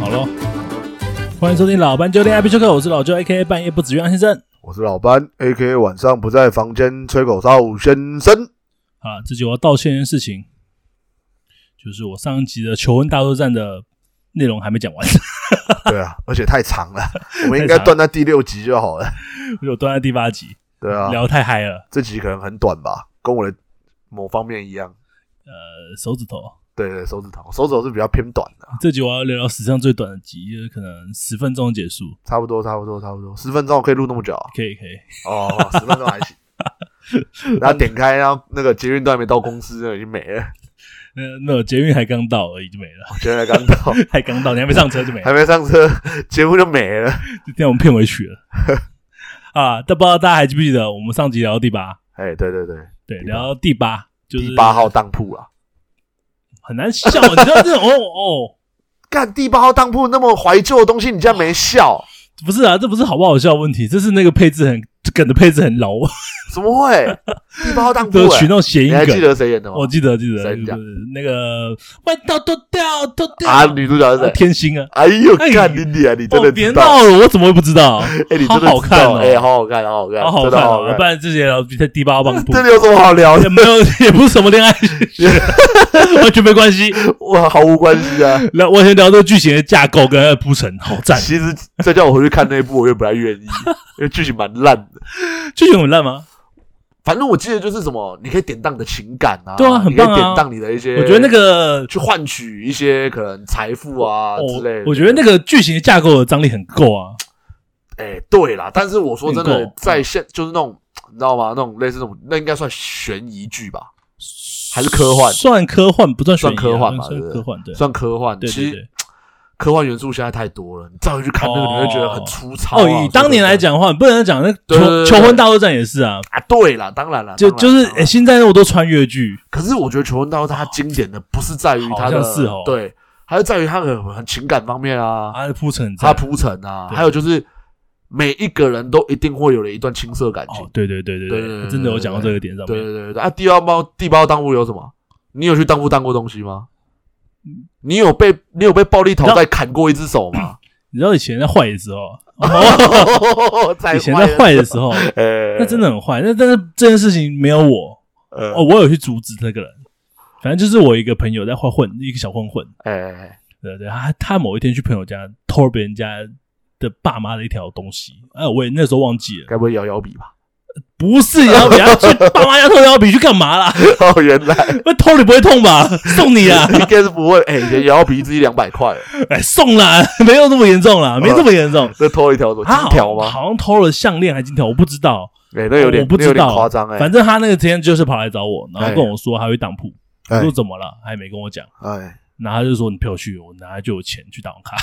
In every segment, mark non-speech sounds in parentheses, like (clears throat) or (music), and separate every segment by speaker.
Speaker 1: 好喽，欢迎收听老班酒店 Happy Talk，我是老舅 A.K.A 半夜不止月亮先生。
Speaker 2: 我是老班，A K 晚上不在房间吹口哨先生。
Speaker 1: 啊，这集我要道歉一件事情，就是我上一集的求婚大作战的内容还没讲完， (laughs)
Speaker 2: 对啊， (laughs) 而且太长了，我们应该断在第六集就好了。
Speaker 1: 因为我断在第八集，
Speaker 2: 对啊，
Speaker 1: 聊得太嗨了，
Speaker 2: 这集可能很短吧，跟我的某方面一样。
Speaker 1: 呃，手指头。
Speaker 2: 对对，手指头，手指头是比较偏短的，
Speaker 1: 这集我要聊聊史上最短的集，就是可能十分钟结束，
Speaker 2: 差不多，差不多，差不多，十分钟我可以录那么久啊、
Speaker 1: 可以可以。
Speaker 2: 哦，十分钟还行。
Speaker 1: (laughs)
Speaker 2: 然后点开，然后那个捷运都还没到公司，那已经没了，哦
Speaker 1: 那那呃捷运还刚到而已就没了， (laughs)
Speaker 2: 捷运才刚到，
Speaker 1: 还刚到，你还没上车就没了
Speaker 2: 还，没上车，节目就没了。
Speaker 1: 就听我们片尾曲
Speaker 2: (laughs)
Speaker 1: 了。啊，但不知道大家还记不记得我们上集聊到第八，
Speaker 2: 哎，对对对，
Speaker 1: 对，
Speaker 2: 第八
Speaker 1: 聊到第八就是
Speaker 2: 第八号当铺啊啦，
Speaker 1: 很难笑，你知道这种哦哦，
Speaker 2: 干第八号当铺那么怀旧的东西，你竟然没
Speaker 1: (laughs)
Speaker 2: 笑？
Speaker 1: 不是啊，这不是好不好笑的问题，这是那个配置很梗的配置很老，
Speaker 2: 怎么会？第八号当铺、
Speaker 1: 都取那
Speaker 2: 欸，
Speaker 1: 种谐
Speaker 2: 你
Speaker 1: 音
Speaker 2: 还记
Speaker 1: 梗。
Speaker 2: 得谁演的吗？
Speaker 1: 我记得记得，
Speaker 2: 谁
Speaker 1: 就
Speaker 2: 讲
Speaker 1: 是那个麦到都掉都掉
Speaker 2: 啊，女主角是
Speaker 1: 啊
Speaker 2: 谁？
Speaker 1: 天星啊，
Speaker 2: 哎呦，
Speaker 1: 哎
Speaker 2: 看你你啊，你真
Speaker 1: 哦
Speaker 2: 的
Speaker 1: 别
Speaker 2: 知
Speaker 1: 闹
Speaker 2: 道？
Speaker 1: 了，我怎么会不知道？
Speaker 2: (laughs) 哎，你真的
Speaker 1: 好好
Speaker 2: 知
Speaker 1: 看
Speaker 2: 道？
Speaker 1: 哦
Speaker 2: 哎，好好看，好好看，
Speaker 1: 好好
Speaker 2: 真的
Speaker 1: 看
Speaker 2: 好
Speaker 1: 哦，
Speaker 2: 好
Speaker 1: 不
Speaker 2: 看。
Speaker 1: 然这些聊比赛第八棒部
Speaker 2: 这里有什么好聊的
Speaker 1: 也？没有 (laughs) 也不是什么恋爱
Speaker 2: (laughs)
Speaker 1: 史，完全没关系。
Speaker 2: 哇，毫无关系啊。
Speaker 1: 聊完全聊这个剧情的架构跟它的铺陈，好赞。
Speaker 2: 其实再叫我回去看那一部，我也不
Speaker 1: (laughs)
Speaker 2: 太愿意，因为剧情蛮烂的。
Speaker 1: 剧情很烂吗？
Speaker 2: 反正我记得就是什么，你可以典当你的情感啊，
Speaker 1: 对啊很
Speaker 2: 你可以
Speaker 1: 棒啊
Speaker 2: 典当你的一些，
Speaker 1: 我觉得那个
Speaker 2: 去换取一些可能财富啊之类的。
Speaker 1: 哦我觉得那个剧情的架构的张力很够啊，
Speaker 2: 哎、对啦，但是我说真
Speaker 1: 并
Speaker 2: 的
Speaker 1: 购，
Speaker 2: 在线就是那种，你知道吗？那种类似那种，那应该算悬疑剧吧，还是科幻？
Speaker 1: 算科幻不算悬疑啊
Speaker 2: 算科幻吧
Speaker 1: 算
Speaker 2: 对不对
Speaker 1: 科幻对，
Speaker 2: 算科幻。
Speaker 1: 对
Speaker 2: 其
Speaker 1: 对
Speaker 2: 实
Speaker 1: 对。
Speaker 2: 科幻元素现在太多了，你再回去看那个，
Speaker 1: 哦
Speaker 2: 你会觉得很粗糙、啊
Speaker 1: 哦，以当年来讲的话，你不能讲那
Speaker 2: 对对对
Speaker 1: 求
Speaker 2: 对
Speaker 1: 求婚大作战也是啊，
Speaker 2: 啊，对啦，当然啦，
Speaker 1: 就
Speaker 2: 当然
Speaker 1: 就是哎
Speaker 2: 当
Speaker 1: 诶
Speaker 2: 然
Speaker 1: 现在那么多穿越剧，
Speaker 2: 可是我觉得《求婚大作战》它经典的不是在于它的，
Speaker 1: 好像是哦
Speaker 2: 对，还是在于它的很情感方面啊，
Speaker 1: 啊，铺陈很
Speaker 2: 它
Speaker 1: 赞
Speaker 2: 的铺陈啊，
Speaker 1: 对
Speaker 2: 还有就是每一个人都一定会有的一段青涩感情
Speaker 1: 哦。，对对对对
Speaker 2: 对对对
Speaker 1: 对，
Speaker 2: 对
Speaker 1: 真的有讲到这个点上
Speaker 2: 对
Speaker 1: 面，
Speaker 2: 对对对，啊，第二包第八当铺有什么？你有去当铺当过东西吗？
Speaker 1: 嗯
Speaker 2: 你有被你有被暴力讨债砍过一只手
Speaker 1: (coughs)
Speaker 2: 吗？
Speaker 1: 你知道以前在坏的时候，
Speaker 2: 在
Speaker 1: 以前在坏的时
Speaker 2: (laughs)
Speaker 1: 候，
Speaker 2: 呃，
Speaker 1: 那真的很坏，那但是这件事情没有我，
Speaker 2: 呃
Speaker 1: 哦，，我有去阻止那个人，反正就是我一个朋友在坏混，一个小混混，
Speaker 2: 哎，
Speaker 1: 对对，他他某一天去朋友家偷别人家的爸妈的一条东西，哎，我也那时候忘记了，
Speaker 2: 该不会摇摇笔
Speaker 1: (laughs)
Speaker 2: 吧？
Speaker 1: 不是摇笔，他去爸妈家偷摇笔去干嘛啦？ (laughs)
Speaker 2: 哦，原 (laughs) 来
Speaker 1: 那偷你不会痛吧？送你啊， (laughs)
Speaker 2: 应该是不会。哎，以前摇摇笔一支两百块，
Speaker 1: 哎，送啦， (laughs) 没有那么严重啦，没这么严重。
Speaker 2: 这偷一条什么
Speaker 1: 他好
Speaker 2: 嗯金条吗？
Speaker 1: 啊好像偷了项链还金条，我不知道，
Speaker 2: 哎，那有点
Speaker 1: 我不
Speaker 2: 那有
Speaker 1: 知
Speaker 2: 点
Speaker 1: 道，啊
Speaker 2: 夸张哎
Speaker 1: 反正他那个天就是跑来找我，然后跟我说他去当铺，我
Speaker 2: 哎
Speaker 1: 说怎么了？他也没跟我讲，
Speaker 2: 哎，
Speaker 1: 然后他就说你陪我去，我拿来就有钱去打
Speaker 2: (laughs)
Speaker 1: 网咖。。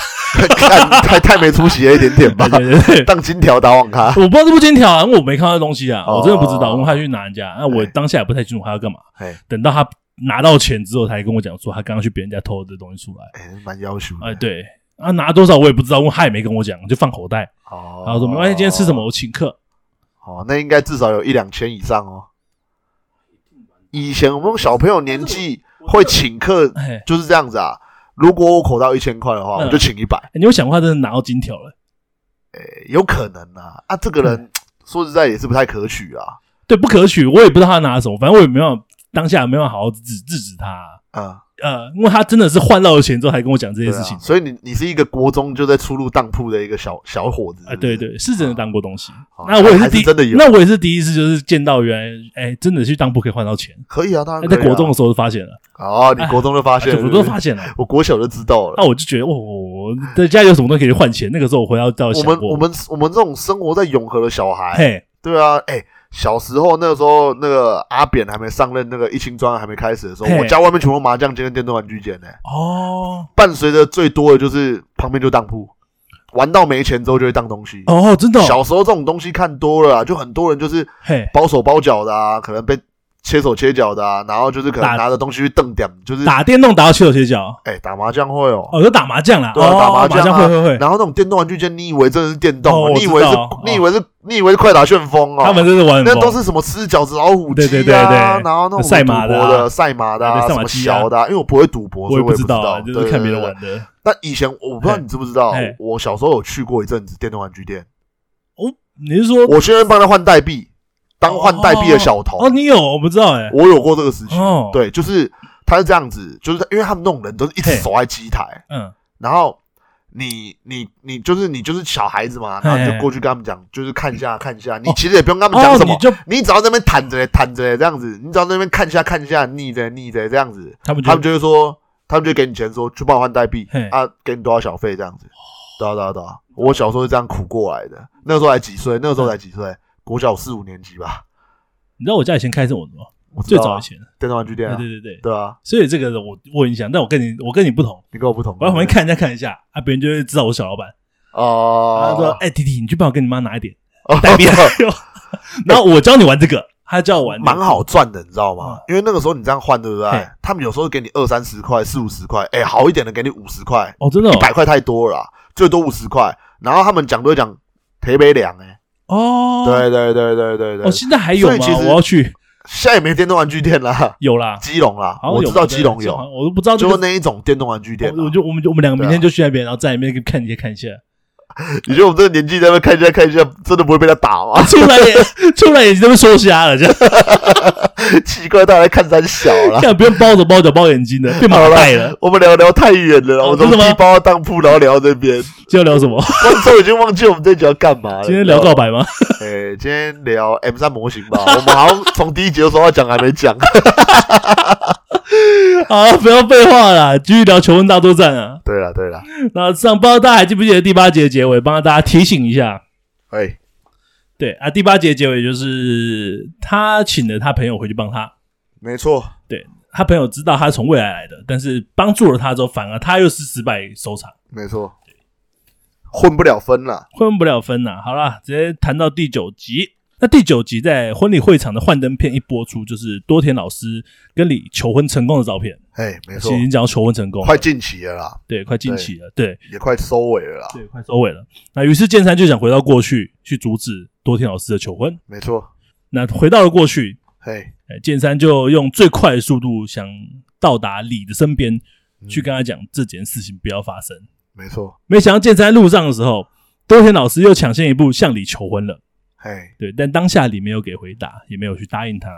Speaker 2: 看太太没出息了一点点吧
Speaker 1: (laughs) 对对对，
Speaker 2: 当金条打网咖，
Speaker 1: (laughs) 我不知道这不金条啊，因为我没看到东西啊，
Speaker 2: 哦
Speaker 1: 我真的不知道。因为他去拿人家，那我当下也不太清楚他要干嘛。
Speaker 2: 哎
Speaker 1: 等到他拿到钱之后，才跟我讲说他刚刚去别人家偷的东西出来。
Speaker 2: 哎，蛮要求的。
Speaker 1: 哎，对，啊，拿多少我也不知道，因为他也没跟我讲，我就放口袋。
Speaker 2: 哦
Speaker 1: 然后说没关系，今天吃什么我请客。
Speaker 2: 哦，那应该至少有一两千以上哦。以前我们小朋友年纪会请客，
Speaker 1: 哎，
Speaker 2: 就是这样子啊。如果我口到一千块的话，
Speaker 1: 嗯
Speaker 2: 我就请一百，
Speaker 1: 你有想过他真的拿到金条了？
Speaker 2: 有可能啊。啊，这个
Speaker 1: 嗯
Speaker 2: 人说实在也是不太可取啊。
Speaker 1: 对，不可取，我也不知道他拿什么，反正我也没办法，当下没办法好好制制止他啊。
Speaker 2: 嗯，
Speaker 1: 呃，因为他真的是换到了钱之后才跟我讲这
Speaker 2: 对
Speaker 1: 些
Speaker 2: 啊
Speaker 1: 事情。
Speaker 2: 所以你你是一个国中就在出入当铺的一个小小伙子
Speaker 1: 啊，对，
Speaker 2: 是
Speaker 1: 对，是真的当过东西。
Speaker 2: 哦
Speaker 1: 那我也是
Speaker 2: 还是
Speaker 1: 第一
Speaker 2: 真的有
Speaker 1: 那我也是第一次就是见到原来，哎，真的去当铺可以换到钱。
Speaker 2: 不是可以啊，当
Speaker 1: 哎
Speaker 2: 然
Speaker 1: 在
Speaker 2: 可以啊
Speaker 1: 国中的时候就发现了，
Speaker 2: 哦，你国中就发现
Speaker 1: 就
Speaker 2: 了，
Speaker 1: 我都发现了。
Speaker 2: 我国小就知道了。
Speaker 1: 那我就觉得，哦，我在家里有什么东西可以换钱？那个时候我回到到
Speaker 2: 我
Speaker 1: 想
Speaker 2: 们
Speaker 1: 过
Speaker 2: 我们我们这种生活在永和的小孩，
Speaker 1: 嘿，
Speaker 2: 对啊，哎、小时候那个时候，那个阿扁还没上任，那个一清庄还没开始的时候，
Speaker 1: 嘿
Speaker 2: 我家外面全部麻将间跟电动玩具间呢、
Speaker 1: 哦
Speaker 2: 伴随着最多的就是旁边就当铺，玩到没钱之后就会当东西。
Speaker 1: 哦，真的哦，
Speaker 2: 小时候这种东西看多了啊，就很多人就是
Speaker 1: 嘿，
Speaker 2: 包手包脚的啊，可能被切手切脚的啊，然后就是可能
Speaker 1: 打
Speaker 2: 拿着东西去瞪点，就是
Speaker 1: 打电动打到切手切脚，
Speaker 2: 哎、打麻将会哦，
Speaker 1: 哦，就打麻将啦，
Speaker 2: 对啊
Speaker 1: 哦
Speaker 2: 打麻将啊
Speaker 1: 将会会会，
Speaker 2: 然后那种电动玩具间，你以为真的是电动
Speaker 1: 哦
Speaker 2: 哦、
Speaker 1: 我
Speaker 2: 你以为是
Speaker 1: 知道哦
Speaker 2: 你以为是你以为是快打旋风哦，
Speaker 1: 他们真是玩很
Speaker 2: 那
Speaker 1: 疯
Speaker 2: 都是什么吃饺子老虎机
Speaker 1: 对
Speaker 2: 啊，
Speaker 1: 对对对
Speaker 2: 然后那种
Speaker 1: 赛马
Speaker 2: 赌
Speaker 1: 的啊
Speaker 2: 博的、赛马的、
Speaker 1: 对
Speaker 2: 啊、
Speaker 1: 赛
Speaker 2: 什
Speaker 1: 马
Speaker 2: 么
Speaker 1: 机啊
Speaker 2: 小的啊，因为我不会赌博，
Speaker 1: 我
Speaker 2: 所以
Speaker 1: 也
Speaker 2: 我
Speaker 1: 不
Speaker 2: 也
Speaker 1: 知
Speaker 2: 不知
Speaker 1: 道
Speaker 2: 道
Speaker 1: 啊，，就是看别人玩
Speaker 2: 对。对对对
Speaker 1: 的。
Speaker 2: 但以前我不知道
Speaker 1: 嘿
Speaker 2: 你知不知道
Speaker 1: 嘿，
Speaker 2: 我小时候有去过一阵子电动玩具店，
Speaker 1: 哦，你是说
Speaker 2: 我先帮他换代币，当换代币的小童
Speaker 1: 哦，，你有我不知道哎，
Speaker 2: 我有过这个时期。
Speaker 1: 哦，，
Speaker 2: 对，就是他是这样子，就是因为他们那种人都是一直
Speaker 1: 嘿
Speaker 2: 守在机台，
Speaker 1: 嗯，
Speaker 2: 然后你你你就是你就是小孩子嘛，然后你
Speaker 1: 嘿
Speaker 2: 就过去跟他们讲，就是看一下看一下，你其实也不用跟他们讲
Speaker 1: 哦
Speaker 2: 什，
Speaker 1: 你
Speaker 2: 么，
Speaker 1: 就
Speaker 2: 你只要在那边躺着躺着这样子，你只要在那边看一下看一下，逆着逆着这样子，
Speaker 1: 他们
Speaker 2: 他
Speaker 1: 就
Speaker 2: 们就会说，他们就会给你钱说去帮我换代币
Speaker 1: 嘿
Speaker 2: 啊，给你多少小费这样子，对啊对啊对啊，我小时候是这样苦过来的，那个时候才几岁，那个时候才几岁，国小四五年级吧，
Speaker 1: 你知道我家以前开什么的吗？
Speaker 2: 我知
Speaker 1: 最
Speaker 2: 道啊
Speaker 1: 早以前，
Speaker 2: 电动玩具店
Speaker 1: 对
Speaker 2: 啊，
Speaker 1: 对对对，
Speaker 2: 对啊，
Speaker 1: 所以这个我我有印象，但我跟你我跟你不同，
Speaker 2: 你跟我不同，
Speaker 1: 我在旁边看人家看一下，啊，别人就会知道我是小老板，他 (laughs) 说
Speaker 2: 哦，：“
Speaker 1: 哎，弟弟，你去帮我跟你妈拿一点
Speaker 2: 哦
Speaker 1: 代币。”啊 (laughs) 然后我教你玩这个，他教我玩
Speaker 2: (laughs) 蛮好赚的，你知道吗
Speaker 1: 嗯？
Speaker 2: 因为那个时候你这样换，对不对
Speaker 1: 嘿？
Speaker 2: 他们有时候给你二三十块、四五十块，哎，好一点的给你五十块，
Speaker 1: 哦，真的
Speaker 2: 一百块太多了啦，最多五十块。然后他们讲都会讲赔杯凉哎，
Speaker 1: 哦，
Speaker 2: 对对对对对对
Speaker 1: 哦，，现在还有
Speaker 2: 所以
Speaker 1: 吗
Speaker 2: 其？实
Speaker 1: 我要去，
Speaker 2: 现在也没电动玩具店啦，
Speaker 1: 有啦，
Speaker 2: 基隆啦，
Speaker 1: 好像
Speaker 2: 我
Speaker 1: 有
Speaker 2: 知道
Speaker 1: 吧
Speaker 2: 基隆，
Speaker 1: 对
Speaker 2: 有，
Speaker 1: 我都不知道这
Speaker 2: 就
Speaker 1: 个哦
Speaker 2: 是那一种电动玩具店啦
Speaker 1: 我。我就我们就我们两个明天
Speaker 2: 对啊
Speaker 1: 就去那边，然后在里面看一下看一下，
Speaker 2: 你觉得我们这个年纪在那边看一下看一下，真的不会被他打吗？ (laughs)
Speaker 1: 出来也出来也这么说瞎了，这样
Speaker 2: 奇怪，大家来看三小啦。
Speaker 1: (laughs) 看不用包着包脚包眼睛的，变麻
Speaker 2: 好
Speaker 1: 袋了。
Speaker 2: 我们聊聊太远了啦，
Speaker 1: 哦
Speaker 2: 我从
Speaker 1: 真的吗
Speaker 2: 地包到当铺，然后聊到这边， (laughs)
Speaker 1: 今天聊什么？
Speaker 2: 观众已经忘记我们这集要干嘛了。
Speaker 1: 今天
Speaker 2: 你知道
Speaker 1: 聊
Speaker 2: 吗
Speaker 1: 告白吗？
Speaker 2: 诶、哎今天聊 M 三模型吧，我们好像从第一集就说要讲，还没讲。 (laughs)
Speaker 1: 好，不要废话了，继续聊求婚大作战啊。
Speaker 2: 对了，对了，
Speaker 1: 那上不知道大家还记不记得第八节结尾，帮大家提醒一下。
Speaker 2: 哎、
Speaker 1: 对啊，第八节结尾就是他请了他朋友回去帮他，
Speaker 2: 没错，
Speaker 1: 他朋友知道他从未来来的，但是帮助了他之后，反而他又是失败收场，
Speaker 2: 没错，混不了分了。
Speaker 1: 混不了分呐、好啦，直接谈到第九集。那第九集在婚礼会场的幻灯片一播出，就是多田老师跟你求婚成功的照片。
Speaker 2: 哎、没
Speaker 1: 其
Speaker 2: 错
Speaker 1: 实已，经讲到求婚成功了，
Speaker 2: 快近期了啦，
Speaker 1: 对，快近期了，对
Speaker 2: 也快收尾了啦。
Speaker 1: 对，快收尾了。那于是剑三就想回到过去，去阻止多田老师的求婚。
Speaker 2: 没错，
Speaker 1: 那回到了过去，
Speaker 2: 嘿，
Speaker 1: 哎，剑三就用最快的速度想到达李的身边，去跟他讲这件事情不要发生。
Speaker 2: 没错，
Speaker 1: 没想到剑三路上的时候，多田老师又抢先一步向李求婚了。
Speaker 2: 嘿，
Speaker 1: 对，但当下李没有给回答，也没有去答应他。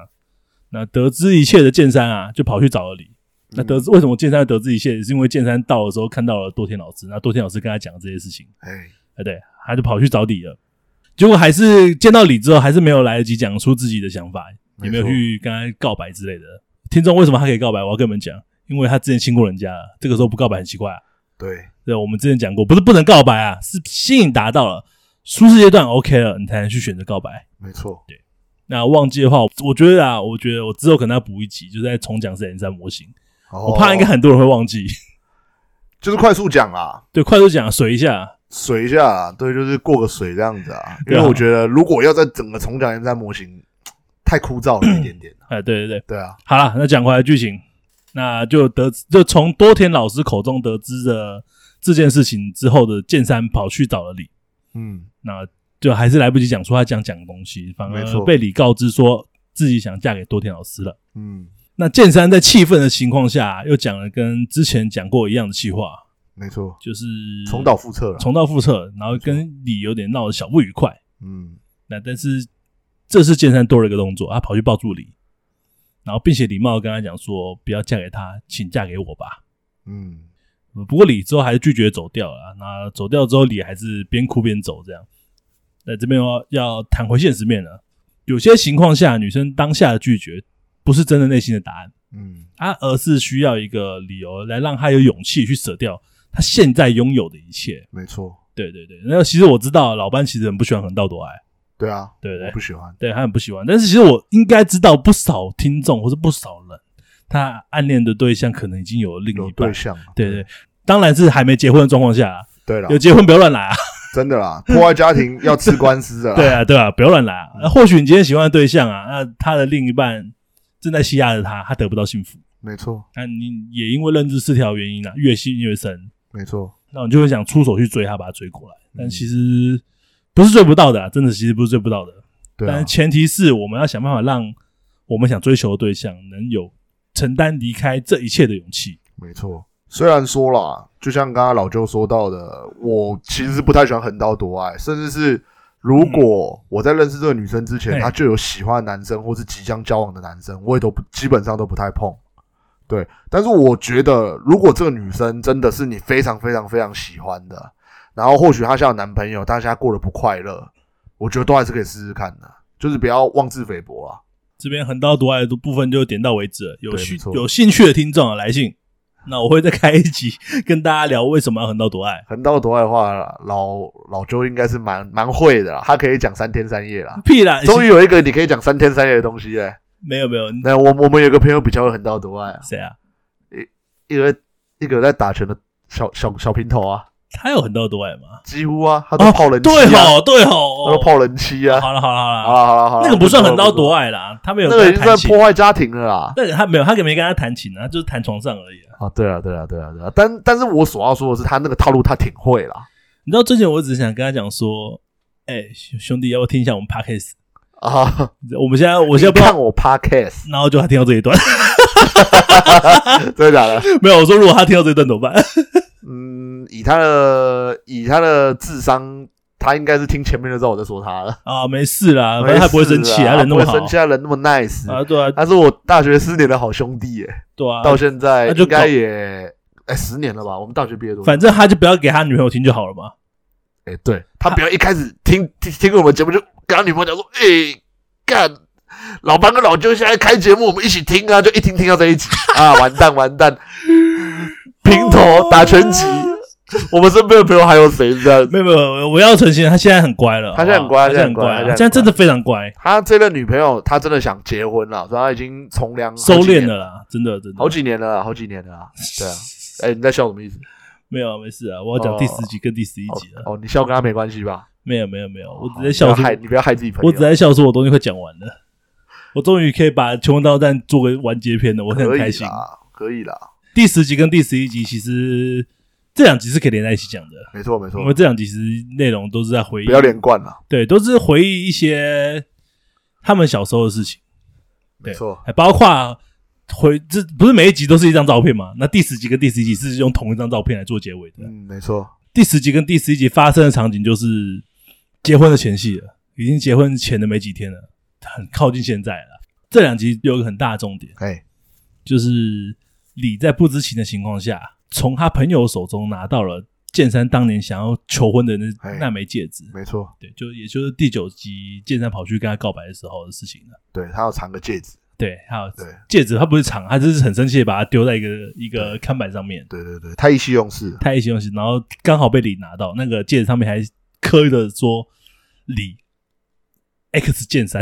Speaker 1: 那得知一切的剑三啊，就跑去找了李。那得知为什么剑三得知一切，是因为剑三到的时候看到了多田老师，那多田老师跟他讲这些事情，
Speaker 2: 嘿，
Speaker 1: 哎，对，他就跑去找李了。结果还是见到李之后，还是没有来得及讲出自己的想法，也没有
Speaker 2: 没错
Speaker 1: 去跟他告白之类的。听众为什么他可以告白？啊我要跟你们讲，因为他之前亲过人家了，这个时候不告白很奇怪啊。
Speaker 2: 对，
Speaker 1: 对，我们之前讲过，不是不能告白啊，是吸引达到了舒适阶段 OK 了，你才能去选择告白。
Speaker 2: 没错，
Speaker 1: 那忘记的话，我觉得啊，我觉得我之后可能要补一集，就在重讲这 N 三模型。
Speaker 2: 我
Speaker 1: 我怕应该很多人会忘记。
Speaker 2: 哦就是快速讲啦，
Speaker 1: 对，快速讲水一下。
Speaker 2: 水一下啦，对，就是过个水这样子啊。因
Speaker 1: 对
Speaker 2: 为
Speaker 1: 啊
Speaker 2: 我觉得，如果要在整个重讲 M 三模型，太枯燥了一点
Speaker 1: (clears throat)
Speaker 2: 点。
Speaker 1: 哎，对对对，
Speaker 2: 对啊，
Speaker 1: 好了，那讲回来剧情，那就得就从多田老师口中得知的这件事情之后的剑三跑去找了李，
Speaker 2: 嗯，
Speaker 1: 那就还是来不及讲出他想讲的东西，反
Speaker 2: 没错
Speaker 1: 而被李告知说自己想嫁给多田老师了。
Speaker 2: 嗯，
Speaker 1: 那剑三在气愤的情况下，又讲了跟之前讲过一样的气话，
Speaker 2: 没错，
Speaker 1: 就是
Speaker 2: 重蹈覆辙了。
Speaker 1: 重蹈覆辙，然后跟李有点闹得小不愉快。
Speaker 2: 嗯，
Speaker 1: 那但是这次剑三多了一个动作，他跑去抱住李，然后并且礼貌地跟他讲说不要嫁给他，请嫁给我吧。
Speaker 2: 嗯，
Speaker 1: 不过李之后还是拒绝走掉了啊。那走掉之后，李还是边哭边走这样。那这边要要谈回现实面了，有些情况下，女生当下的拒绝不是真的内心的答案，
Speaker 2: 嗯，
Speaker 1: 她而是需要一个理由来让她有勇气去舍掉她现在拥有的一切。
Speaker 2: 没错，
Speaker 1: 对对对，那其实我知道老班其实很不喜欢横道夺爱，
Speaker 2: 对啊，
Speaker 1: 对不对
Speaker 2: 我不喜欢，
Speaker 1: 对他很不喜欢。但是其实我应该知道不少听众或是不少人，他暗恋的对象可能已经有另
Speaker 2: 有
Speaker 1: 一半
Speaker 2: 对。象嘛，
Speaker 1: 对对，当然是还没结婚的状况下啊，
Speaker 2: 对啦
Speaker 1: 有，结婚不要乱来
Speaker 2: (laughs)
Speaker 1: 啊！
Speaker 2: 真的啦，破坏家庭
Speaker 1: (laughs)
Speaker 2: 要吃官司的啦，嗯
Speaker 1: 对啊，对啊，不要乱来啊！那或许你今天喜欢的对象啊，那他的另一半正在吸压着他，他得不到幸福。
Speaker 2: 没错，
Speaker 1: 那你也因为认知失调的原因啊，越陷越深，
Speaker 2: 没错，
Speaker 1: 那你就会想出手去追他，把他追过来。
Speaker 2: 嗯
Speaker 1: 但其实不是追不到的、啊，真的其实不是追不到的。
Speaker 2: 对
Speaker 1: 但
Speaker 2: 啊
Speaker 1: 是，前提是我们要想办法让我们想追求的对象能有承担离开这一切的勇气。
Speaker 2: 没错。虽然说啦，就像刚刚老舅说到的，我其实是不太喜欢横刀夺爱，甚至是如果我在认识这个女生之前，
Speaker 1: 嘿
Speaker 2: 她就有喜欢的男生或是即将交往的男生，我也都不基本上都不太碰。对，但是我觉得，如果这个女生真的是你非常非常非常喜欢的，然后或许她现在有男朋友，但是她过得不快乐，我觉得都还是可以试试看的，就是不要妄自菲薄啊。
Speaker 1: 这边横刀夺爱的部分就点到为止了。有
Speaker 2: 对
Speaker 1: 兴
Speaker 2: 没错
Speaker 1: 有兴趣的听众啊，来信，那我会再开一集跟大家聊为什么要横刀夺爱。
Speaker 2: 横刀夺爱的话，老老周应该是蛮蛮会的啦，他可以讲三天三夜啦。
Speaker 1: 屁啦，
Speaker 2: 终于有一个你可以讲三天三夜的东西嘞、
Speaker 1: 没有没有，
Speaker 2: 那我我们有个朋友比较会横刀夺爱啊，
Speaker 1: 谁啊？
Speaker 2: 一个一个在打拳的小小小平头啊，
Speaker 1: 他有横刀夺爱吗？
Speaker 2: 几乎啊，他都泡人妻、啊
Speaker 1: 哦对吼，对
Speaker 2: 他都
Speaker 1: 吼。
Speaker 2: 泡人妻啊。
Speaker 1: 好了好了好
Speaker 2: 好
Speaker 1: 了，
Speaker 2: 了好了好了，
Speaker 1: 那个不算横刀夺
Speaker 2: 爱，
Speaker 1: 爱啦，他没有
Speaker 2: 那个已
Speaker 1: 跟
Speaker 2: 经
Speaker 1: 他弹
Speaker 2: 算
Speaker 1: 琴，啊
Speaker 2: 破坏家庭了啦。
Speaker 1: 但是他没有，他可没跟他弹琴啊，就是弹床上而已啊。
Speaker 2: 啊，对啊对啊对啊对啊，但但是我所要说的是，他那个套路他挺会啦。
Speaker 1: 你知道之前我只是想跟他讲说，哎，兄兄弟，要不要听一下我们 podcast？
Speaker 2: 啊，
Speaker 1: 我们现在我现在不知
Speaker 2: 你看
Speaker 1: 道，
Speaker 2: 我 podcast，
Speaker 1: 然后就他听到这一段， (laughs)
Speaker 2: 真的假的？
Speaker 1: 没有，我说如果他听到这一段怎么办？
Speaker 2: 嗯，以他的以他的智商，他应该是听前面的时候我在说他了。
Speaker 1: 啊，没事啦，反正他不会生气，
Speaker 2: 啊，
Speaker 1: 人那么
Speaker 2: 他
Speaker 1: 好
Speaker 2: 不会生气，他人那么 nice，、
Speaker 1: 啊，对啊，
Speaker 2: 他是我大学四年的好兄弟耶，
Speaker 1: 对啊，
Speaker 2: 到现在
Speaker 1: 那就
Speaker 2: 应该
Speaker 1: 搞
Speaker 2: 也哎十年了吧？我们大学毕业多久？
Speaker 1: 反正他就不要给他女朋友听就好了嘛。
Speaker 2: 哎，对
Speaker 1: 啊
Speaker 2: 他不要一开始听听听我们节目就跟他女朋友讲说，哎干。老班跟老舅现在开节目，我们一起听啊，就一听听到这一集啊，完蛋完蛋，
Speaker 1: (laughs)
Speaker 2: 平头打拳击，我们身边的朋友还有谁这样子？
Speaker 1: 没有没有，我要澄清，他现在很乖了，
Speaker 2: 他现在很乖
Speaker 1: 好不好他现在很
Speaker 2: 他
Speaker 1: 乖，
Speaker 2: 现在很乖
Speaker 1: 现在真的非常乖，
Speaker 2: 他这任女朋友，他真的想结婚了，所以他已经从良好
Speaker 1: 收
Speaker 2: 几
Speaker 1: 敛
Speaker 2: 年
Speaker 1: 了，啦，真的真的
Speaker 2: 好。几年了啦，好几年了啦。对啊，哎、你在笑什么意思？
Speaker 1: 没有没事啊，我要讲第十集跟第十一集了。
Speaker 2: 哦，哦你笑跟他没关系吧？哦
Speaker 1: 没有没有没有，我只
Speaker 2: 你
Speaker 1: 在笑
Speaker 2: 不
Speaker 1: 说
Speaker 2: 要害，你不要害自己朋友。
Speaker 1: 我只在笑说我东西快讲完了，我终于可以把《穷光大战》做个完结篇了，我很
Speaker 2: 可
Speaker 1: 开
Speaker 2: 以
Speaker 1: 心。
Speaker 2: 啦，可以啦，
Speaker 1: 第十集跟第十一集其实这两集是可以连在一起讲的，
Speaker 2: 没错没错
Speaker 1: 因，为这两集其实内容都是在回忆
Speaker 2: 不要连贯啦，
Speaker 1: 对，都是回忆一些他们小时候的事情，对
Speaker 2: 没错，
Speaker 1: 还包括回这不是每一集都是一张照片嘛？那第十集跟第十一集是用同一张照片来做结尾的。
Speaker 2: 嗯，没错，
Speaker 1: 第十集跟第十一集发生的场景就是结婚的前夕了，已经结婚前的没几天了，很靠近现在了。这两集有一个很大的重点，
Speaker 2: 哎，
Speaker 1: 就是李在不知情的情况下，从他朋友手中拿到了剑山当年想要求婚的那
Speaker 2: 哎
Speaker 1: 那枚戒指。
Speaker 2: 没错，
Speaker 1: 对，就也就是第九集剑山跑去跟他告白的时候的事情了。
Speaker 2: 对他要藏个戒指，
Speaker 1: 对，还有
Speaker 2: 对
Speaker 1: 戒指，他不是藏，他就是很生气，把它丢在一个一个看板上面，
Speaker 2: 对对对，太意气用事了，
Speaker 1: 太一起用心，然后刚好被李拿到，那个戒指上面还刻着说李 X 剑
Speaker 2: (laughs)
Speaker 1: 三，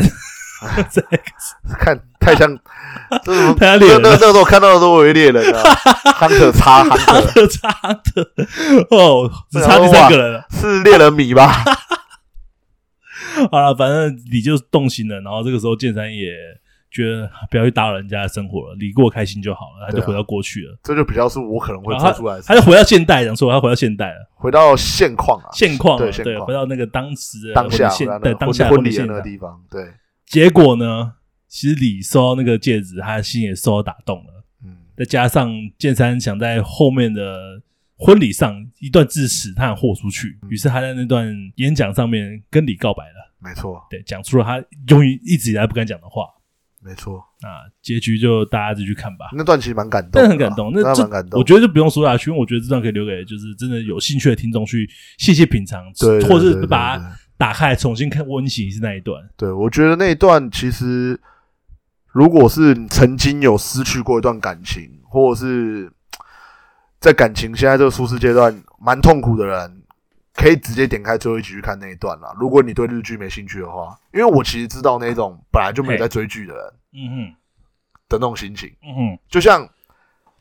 Speaker 1: 在
Speaker 2: 看太
Speaker 1: (laughs)
Speaker 2: 像，这是什么
Speaker 1: 太像猎人了
Speaker 2: 那那那时候我看到的时候我以为猎人
Speaker 1: (laughs)
Speaker 2: 啊，亨特叉亨
Speaker 1: 他
Speaker 2: 特
Speaker 1: 的差的哦，只差第三个人了。
Speaker 2: 是猎人迷吧？
Speaker 1: 好了，反正李就动心了，然后这个时候剑三也觉得不要去打扰人家的生活了，李过开心就好了，他就
Speaker 2: 对啊
Speaker 1: 回到过去了。
Speaker 2: 这就比较是我可能会
Speaker 1: 然后哦
Speaker 2: 做
Speaker 1: 他
Speaker 2: 出来的事
Speaker 1: 他就回到现代，讲说他回到现代了，
Speaker 2: 回到现况啊，
Speaker 1: 现况
Speaker 2: 对
Speaker 1: 了
Speaker 2: 现
Speaker 1: 对，
Speaker 2: 况
Speaker 1: 回到那个当时的
Speaker 2: 当
Speaker 1: 或者
Speaker 2: 下
Speaker 1: 现
Speaker 2: 回到那
Speaker 1: 对
Speaker 2: 个
Speaker 1: 当下
Speaker 2: 婚
Speaker 1: 的
Speaker 2: 礼的
Speaker 1: 现
Speaker 2: 那个
Speaker 1: 场。
Speaker 2: 地方，对，
Speaker 1: 结果呢，其实李收到那个戒指，他的心也受到打动了，
Speaker 2: 嗯，
Speaker 1: 再加上剑三想在后面的婚礼上一段致辞，他想豁出去，
Speaker 2: 嗯
Speaker 1: 于是他在那段演讲上面跟李告白了，
Speaker 2: 没错，
Speaker 1: 对，讲出了他永远一直以来不敢讲的话。
Speaker 2: 没错，
Speaker 1: 那结局就大家自己去看吧。
Speaker 2: 那段其实蛮感动的
Speaker 1: 但
Speaker 2: 啦，
Speaker 1: 很感动，那
Speaker 2: 啊那
Speaker 1: 这
Speaker 2: 蛮感动，
Speaker 1: 我觉得就不用说下去，因为我觉得这段可以留给就是真的有兴趣的听众去细细品尝，
Speaker 2: 对，对
Speaker 1: 或者
Speaker 2: 对
Speaker 1: 是
Speaker 2: 对
Speaker 1: 把
Speaker 2: 对
Speaker 1: 它打开重新看温习一次那一段。
Speaker 2: 对，我觉得那一段其实，如果是你曾经有失去过一段感情，或者是在感情现在这个舒适阶段蛮痛苦的人，可以直接点开最后一集去看那一段啦。如果你对日剧没兴趣的话，因为我其实知道那种本来就没有在追剧的人
Speaker 1: 嗯
Speaker 2: 的那种心情，
Speaker 1: 哼，嗯哼，
Speaker 2: 就像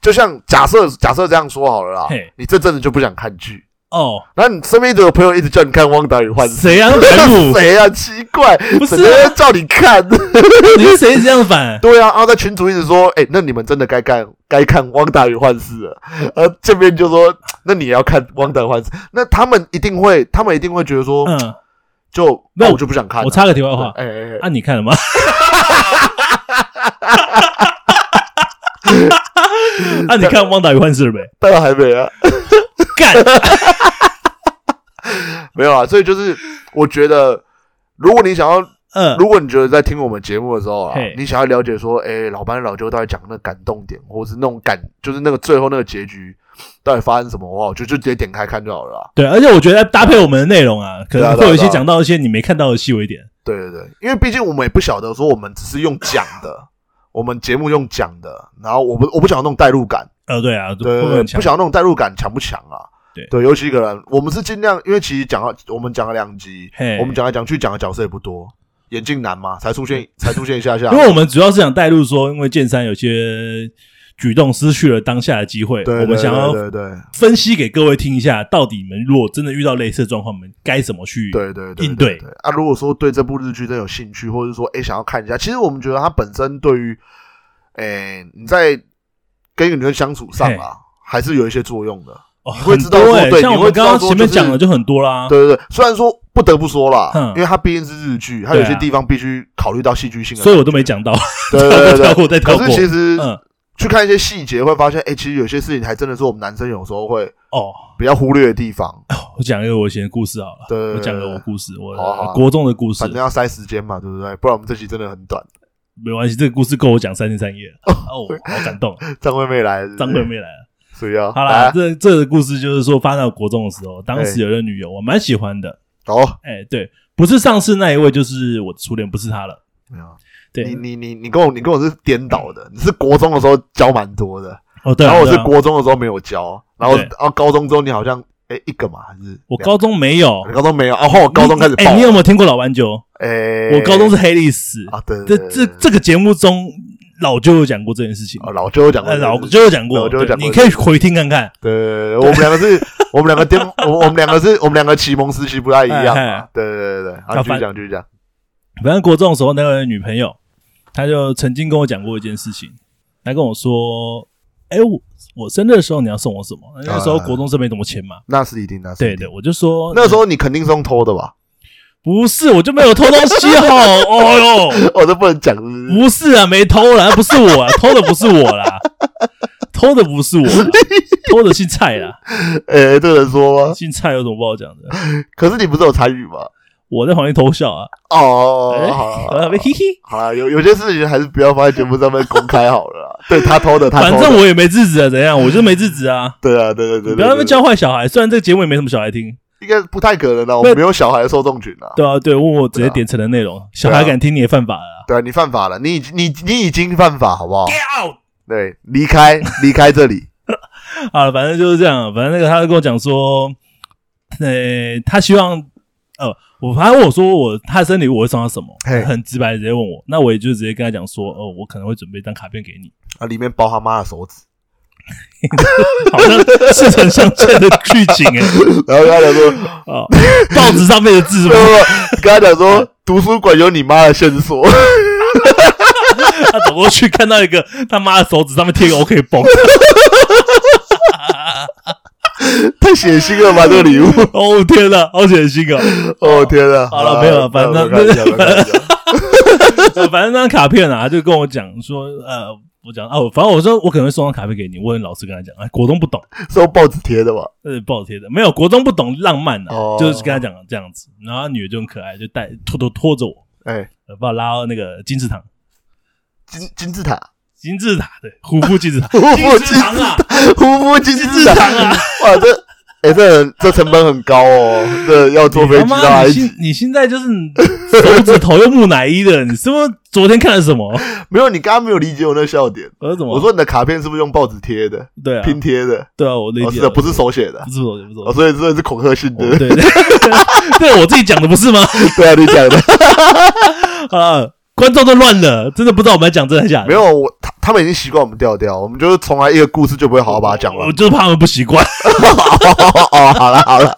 Speaker 2: 就像假设假设这样说好了啦
Speaker 1: 嘿，
Speaker 2: 你这阵子就不想看剧，
Speaker 1: 哦，
Speaker 2: 然后你身边一直有朋友一直叫你看《汪达与幻视
Speaker 1: 谁啊？那反》，骨，
Speaker 2: (laughs) 谁啊？奇怪，
Speaker 1: 不是啊
Speaker 2: 整天叫你看。 (laughs)
Speaker 1: 你是谁这样反？
Speaker 2: 对啊，然后在群主一直说，哎、那你们真的该看该看《汪达与幻视》了。呃，这边就说，那你也要看《汪达与幻视》，那他们一定会，他们一定会觉得说，
Speaker 1: 嗯，
Speaker 2: 就
Speaker 1: 那
Speaker 2: 那、我就不想看了。
Speaker 1: 我插个题外话，
Speaker 2: 哎哎哎，
Speaker 1: 啊，你看了吗？ (laughs) 啊，你看《汪达与幻视》
Speaker 2: (laughs)
Speaker 1: 了没？
Speaker 2: 当然还没啊，
Speaker 1: 干，
Speaker 2: 没有啊。所以就是，我觉得，如果你想要，
Speaker 1: (laughs) 嗯，
Speaker 2: 如果你觉得在听我们节目的时候啊
Speaker 1: 嘿，
Speaker 2: 你想要了解说，哎、老班老舅到底讲那个感动点，或是那种感，就是那个最后那个结局到底发生什么的话，我就就直接点开看就好了啦。
Speaker 1: 对，而且我觉得搭配我们的内容啊，可
Speaker 2: 对
Speaker 1: 能
Speaker 2: 啊
Speaker 1: 会有一
Speaker 2: 对
Speaker 1: 些
Speaker 2: 啊
Speaker 1: 讲到一些你没看到的细微点。
Speaker 2: 对对对，因为毕竟我们也不晓得说我们只是用讲的，我们节目用讲的，然后我不我不想要那种代入感，
Speaker 1: 呃，对啊，会
Speaker 2: 对
Speaker 1: 不会很强
Speaker 2: 不想要那种代入感强不强啊？
Speaker 1: 对
Speaker 2: 对，尤其一个人，我们是尽量，因为其实讲到我们讲了两集
Speaker 1: 嘿，
Speaker 2: 我们讲来讲去讲的角色也不多，眼镜男嘛，才出现才出现一下下
Speaker 1: 因，为我们主要是想带入说，因为剑三有些举动失去了当下的机会，
Speaker 2: 对，
Speaker 1: 我们
Speaker 2: 对
Speaker 1: 想要
Speaker 2: 对对
Speaker 1: 分析给各位听一下，到底你们如果真的遇到类似的状况，你们该怎么去？
Speaker 2: 对对对
Speaker 1: 应对
Speaker 2: 啊！如果说对这部日剧真有兴趣，或者说哎想要看一下，其实我们觉得它本身对于，哎你在跟一个女生相处上啊，还是有一些作用的。
Speaker 1: 哦，
Speaker 2: 你会
Speaker 1: 很
Speaker 2: 知道
Speaker 1: 多
Speaker 2: 说
Speaker 1: 欸
Speaker 2: 对
Speaker 1: 像
Speaker 2: 你
Speaker 1: 我
Speaker 2: 会
Speaker 1: 们
Speaker 2: 知
Speaker 1: 刚
Speaker 2: 道
Speaker 1: 刚
Speaker 2: 说
Speaker 1: 前面
Speaker 2: 就是
Speaker 1: 讲的就很多啦。
Speaker 2: 对对对，虽然说不得不说啦
Speaker 1: 哼，
Speaker 2: 因为它毕竟是日剧，它
Speaker 1: 对
Speaker 2: 有
Speaker 1: 啊
Speaker 2: 些地方必须考虑到戏剧性的，
Speaker 1: 所以我都没讲到，
Speaker 2: 对对对
Speaker 1: 跳
Speaker 2: 对
Speaker 1: 过再 (laughs) 跳
Speaker 2: 可
Speaker 1: 过
Speaker 2: 是。其实
Speaker 1: 嗯，
Speaker 2: 去看一些细节，会发现，哎、其实有些事情还真的是我们男生有时候会
Speaker 1: 哦，
Speaker 2: 比较忽略的地方。
Speaker 1: 我讲一个我以前的故事好了。
Speaker 2: 对对对
Speaker 1: 我讲个
Speaker 2: 对
Speaker 1: 我故事，我
Speaker 2: 好啊好啊
Speaker 1: 国中的故事
Speaker 2: 反，正要塞时间嘛，对不对？不然我们这期真的很短。
Speaker 1: 没关系，这个故事够我讲三天三夜
Speaker 2: (laughs)
Speaker 1: 了。哦，好感动，
Speaker 2: 张惠妹来了，
Speaker 1: 张惠妹来了。
Speaker 2: (laughs) 所以啊，
Speaker 1: 好
Speaker 2: 来
Speaker 1: 啦，
Speaker 2: 啊
Speaker 1: 这这个故事就是说，发生到国中的时候，当时
Speaker 2: 哎
Speaker 1: 有一个女友，我蛮喜欢的。
Speaker 2: 哦，
Speaker 1: 哎，对，不是上次那一位，就是我的初恋，不是她了。
Speaker 2: 没有
Speaker 1: 对
Speaker 2: 你，你你你跟我你跟我是颠倒的，你是国中的时候教蛮多的，
Speaker 1: 哦对啊，
Speaker 2: 然后我是
Speaker 1: 对啊
Speaker 2: 国中的时候没有教，然后
Speaker 1: 对
Speaker 2: 然后高中之后你好像哎一个嘛还是
Speaker 1: 我高中没有
Speaker 2: 两个，你，高中没有，哦然后我高中开始
Speaker 1: 哎，
Speaker 2: 爆
Speaker 1: 你，有没有听过老斑鸠？
Speaker 2: 哎，
Speaker 1: 我高中是黑历史。
Speaker 2: 啊对
Speaker 1: 这
Speaker 2: 对对
Speaker 1: 这
Speaker 2: 对
Speaker 1: 这个节目中，老舅有讲过这件事情，
Speaker 2: 哦老舅讲过
Speaker 1: 呃，
Speaker 2: 这个
Speaker 1: 老
Speaker 2: 事
Speaker 1: 舅有讲过，
Speaker 2: 老舅有
Speaker 1: 对
Speaker 2: 讲过
Speaker 1: 你可以回听看看。
Speaker 2: 对对对，我们两个是我们两个颠，我我们两个是我们两个启蒙时期不太一样
Speaker 1: 哎
Speaker 2: 嘛
Speaker 1: 哎，
Speaker 2: 对对对对，
Speaker 1: 好
Speaker 2: 好继
Speaker 1: 反
Speaker 2: 续讲继续讲，
Speaker 1: 反正国中的时候，那个女朋友，她就曾经跟我讲过一件事情，她跟我说：“哎、我我生日的时候你要送我什么？”那时候国中生没怎么钱嘛。
Speaker 2: 那是一定那啊是
Speaker 1: 对
Speaker 2: 一定
Speaker 1: 对，我就说
Speaker 2: 那时候你肯定是用偷的吧？
Speaker 1: 不是，我就没有偷东西好，哦 (laughs) 哟，
Speaker 2: 我都不能讲是不是
Speaker 1: 不是啊，没偷啦，不是
Speaker 2: (laughs)
Speaker 1: 我啊，偷的不是我啦，偷的不是我啦，偷的姓蔡啦，
Speaker 2: 诶、这个人说吗？
Speaker 1: 姓蔡有什么不好讲的？
Speaker 2: 可是你不是有参与吗？
Speaker 1: 我在旁边偷笑啊，
Speaker 2: 哦，
Speaker 1: 哎
Speaker 2: 好
Speaker 1: 我在旁
Speaker 2: 了
Speaker 1: 边嘿嘿，
Speaker 2: 好了，有有些事情还是不要放在节目上面公开好了
Speaker 1: (laughs)
Speaker 2: 啦。对他偷的，他偷
Speaker 1: 反
Speaker 2: 的。
Speaker 1: 正我也没制止啊，怎样？我就没制止啊，
Speaker 2: 对啊，对对对
Speaker 1: 你
Speaker 2: 对，
Speaker 1: 不要那么
Speaker 2: 讲，
Speaker 1: 教坏小孩。虽然这个节目也没什么小孩听，
Speaker 2: 应该不太可能啊啦。我
Speaker 1: 那
Speaker 2: 没有小孩的受众群啊。
Speaker 1: 对啊，对，问我直接点成的内容，小孩敢听你也犯法了啊。
Speaker 2: 对啊，你犯法了，你已你你已经犯法，好不好？
Speaker 1: Get out！
Speaker 2: 对，离开离开这里。
Speaker 1: 好了，反正就是这样。啊反正那个他就跟我讲说，呃，他希望，呃，我反正我说我他的身体我会送他什么
Speaker 2: 嘿，
Speaker 1: 很直白地直接问我，那我也就直接跟他讲说，哦，我可能会准备一张卡片给你，
Speaker 2: 啊，里面包他妈的手指， (laughs)
Speaker 1: 好像似曾相见的剧情哎、
Speaker 2: 然后跟他讲说，
Speaker 1: 哦，报纸上面的字
Speaker 2: 不
Speaker 1: 吗？
Speaker 2: 不不，跟他讲说，图书馆有你妈的线索， (laughs)
Speaker 1: 他走过去看到一个他妈的手指上面贴个 OK 绷，
Speaker 2: 太血腥了吧，这个礼物。 (laughs)
Speaker 1: 哦天哪，好血腥哦！
Speaker 2: 哦天啊！
Speaker 1: 好了
Speaker 2: 啊
Speaker 1: 没有了反正
Speaker 2: 没有没有没
Speaker 1: (laughs)
Speaker 2: 有没有没有
Speaker 1: 呃反正那张卡片啊，他就跟我讲说，呃，我讲哦，反正我说我可能会送张卡片给你，我很老实跟他讲，哎，国中不懂，
Speaker 2: 是用报纸贴的吧？
Speaker 1: 呃，不好贴的，没有国中不懂浪漫啊，
Speaker 2: 哦
Speaker 1: 就是跟他讲这样子，然后他女的就很可爱，就带拖拖拖着我，
Speaker 2: 哎、
Speaker 1: 呃把我拉到那个金字塔，
Speaker 2: 金金字塔，
Speaker 1: 金字塔对，虎扑金字
Speaker 2: (laughs)
Speaker 1: 塔，
Speaker 2: 虎
Speaker 1: 金
Speaker 2: 扑
Speaker 1: 字塔啊，
Speaker 2: 胡夫金
Speaker 1: 金
Speaker 2: 字
Speaker 1: 字
Speaker 2: 塔，
Speaker 1: 塔啊，
Speaker 2: (laughs) 哇，这哎、这人这成本很高哦， (laughs) 这要坐飞
Speaker 1: 你
Speaker 2: 机
Speaker 1: 他
Speaker 2: 到
Speaker 1: 妈，
Speaker 2: 埃
Speaker 1: 你
Speaker 2: 及，
Speaker 1: 现你现在就是手指头又木乃伊的，你是不是昨天看了什么？
Speaker 2: 没有，你刚刚没有理解我那笑点。
Speaker 1: 我说怎么？
Speaker 2: 我说你的卡片是不是用报纸贴的、
Speaker 1: 对啊，
Speaker 2: 拼贴的？
Speaker 1: 对啊，我理
Speaker 2: 哦，
Speaker 1: 解
Speaker 2: 是
Speaker 1: 了，哦
Speaker 2: 的，不是手写的
Speaker 1: 不。是我，不是
Speaker 2: 哦，
Speaker 1: 我，
Speaker 2: 所以这是啊恐吓性的， (laughs)
Speaker 1: 对对，对我自己讲的不是吗？ (laughs)
Speaker 2: 对啊，你讲的，
Speaker 1: 啊，观众都乱了，真的不知道我们在讲真的假的。
Speaker 2: 没有，我他他们已经习惯我们调调，我们就是从来一个故事就不会好好把它讲完
Speaker 1: 我。就是怕他们不习惯。
Speaker 2: (laughs) 哦，好了
Speaker 1: (laughs)
Speaker 2: 好了，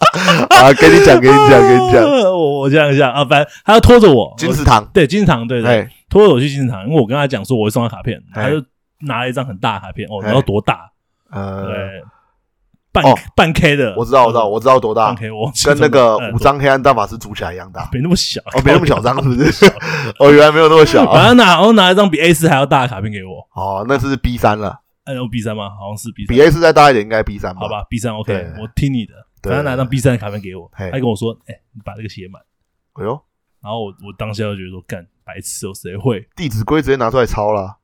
Speaker 2: 啊，给你讲，给你
Speaker 1: 哦
Speaker 2: 讲，给你讲，
Speaker 1: 我我想一下啊，反正他要拖着我，
Speaker 2: 金
Speaker 1: 我
Speaker 2: 石堂，
Speaker 1: 对金石堂，对对，
Speaker 2: 哎，
Speaker 1: 拖着我去金石堂，因为我跟他讲说我会送他卡片，
Speaker 2: 哎
Speaker 1: 他就拿了一张很大的卡片，哦，
Speaker 2: 哎
Speaker 1: 然后多大？
Speaker 2: 呃，
Speaker 1: 对，半
Speaker 2: 哦
Speaker 1: 半 K 的，嗯
Speaker 2: 我知道，我知道，我知道多
Speaker 1: 半
Speaker 2: 大，
Speaker 1: K，我忘记
Speaker 2: 跟那个
Speaker 1: 怎么呃
Speaker 2: 五张黑暗大法师主起来一样大。
Speaker 1: 没那么小，
Speaker 2: 哦，没那么小张是不是？ (laughs) 哦，原来没有那么小
Speaker 1: (laughs) 反
Speaker 2: 啊。
Speaker 1: 正拿，然后拿一张比 A 四还要大的卡片给我，
Speaker 2: 哦，那是 B 三了，
Speaker 1: 哎，我 B 三吗？好像是 B
Speaker 2: 比
Speaker 1: 三，
Speaker 2: A 四再大一点，应该 B 三吧？
Speaker 1: 好，吧，B 三 OK，
Speaker 2: 对
Speaker 1: 我听你的。
Speaker 2: 对
Speaker 1: 反正拿一张 B 三的卡片给我，
Speaker 2: 嘿
Speaker 1: 他跟我说，哎，你把这个写满。
Speaker 2: 哎呦，
Speaker 1: 然后我我当下就觉得说，干白痴哦，谁会？
Speaker 2: 弟子规直接拿出来抄了。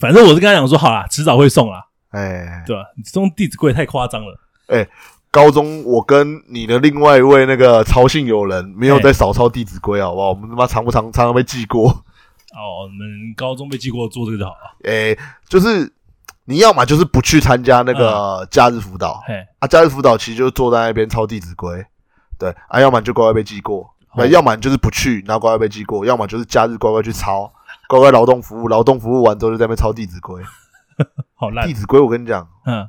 Speaker 1: 反正我是跟他讲说，好啦，迟早会送啦，
Speaker 2: 哎，
Speaker 1: 对吧？你送《弟子规》太夸张了，
Speaker 2: 高中我跟你的另外一位那个曹姓友人没有
Speaker 1: 哎
Speaker 2: 在少抄弟子规，好不好？我们他妈常不常常常被记过。
Speaker 1: 哦，我们高中被记过做这个就好了，
Speaker 2: 哎，就是你要嘛就是不去参加那
Speaker 1: 嗯
Speaker 2: 个假日辅导
Speaker 1: 嘿，
Speaker 2: 啊，假日辅导其实就是坐在那边抄弟子规，对啊，要么你就乖乖被记过，
Speaker 1: 哦
Speaker 2: 要么你就是不去，然后乖乖被记过，要么就是假日乖乖去抄。乖乖劳动服务，劳动服务完之后就在那边抄《弟子规》。
Speaker 1: 好
Speaker 2: 《
Speaker 1: 烂
Speaker 2: 弟，子规》我跟你讲，
Speaker 1: 嗯，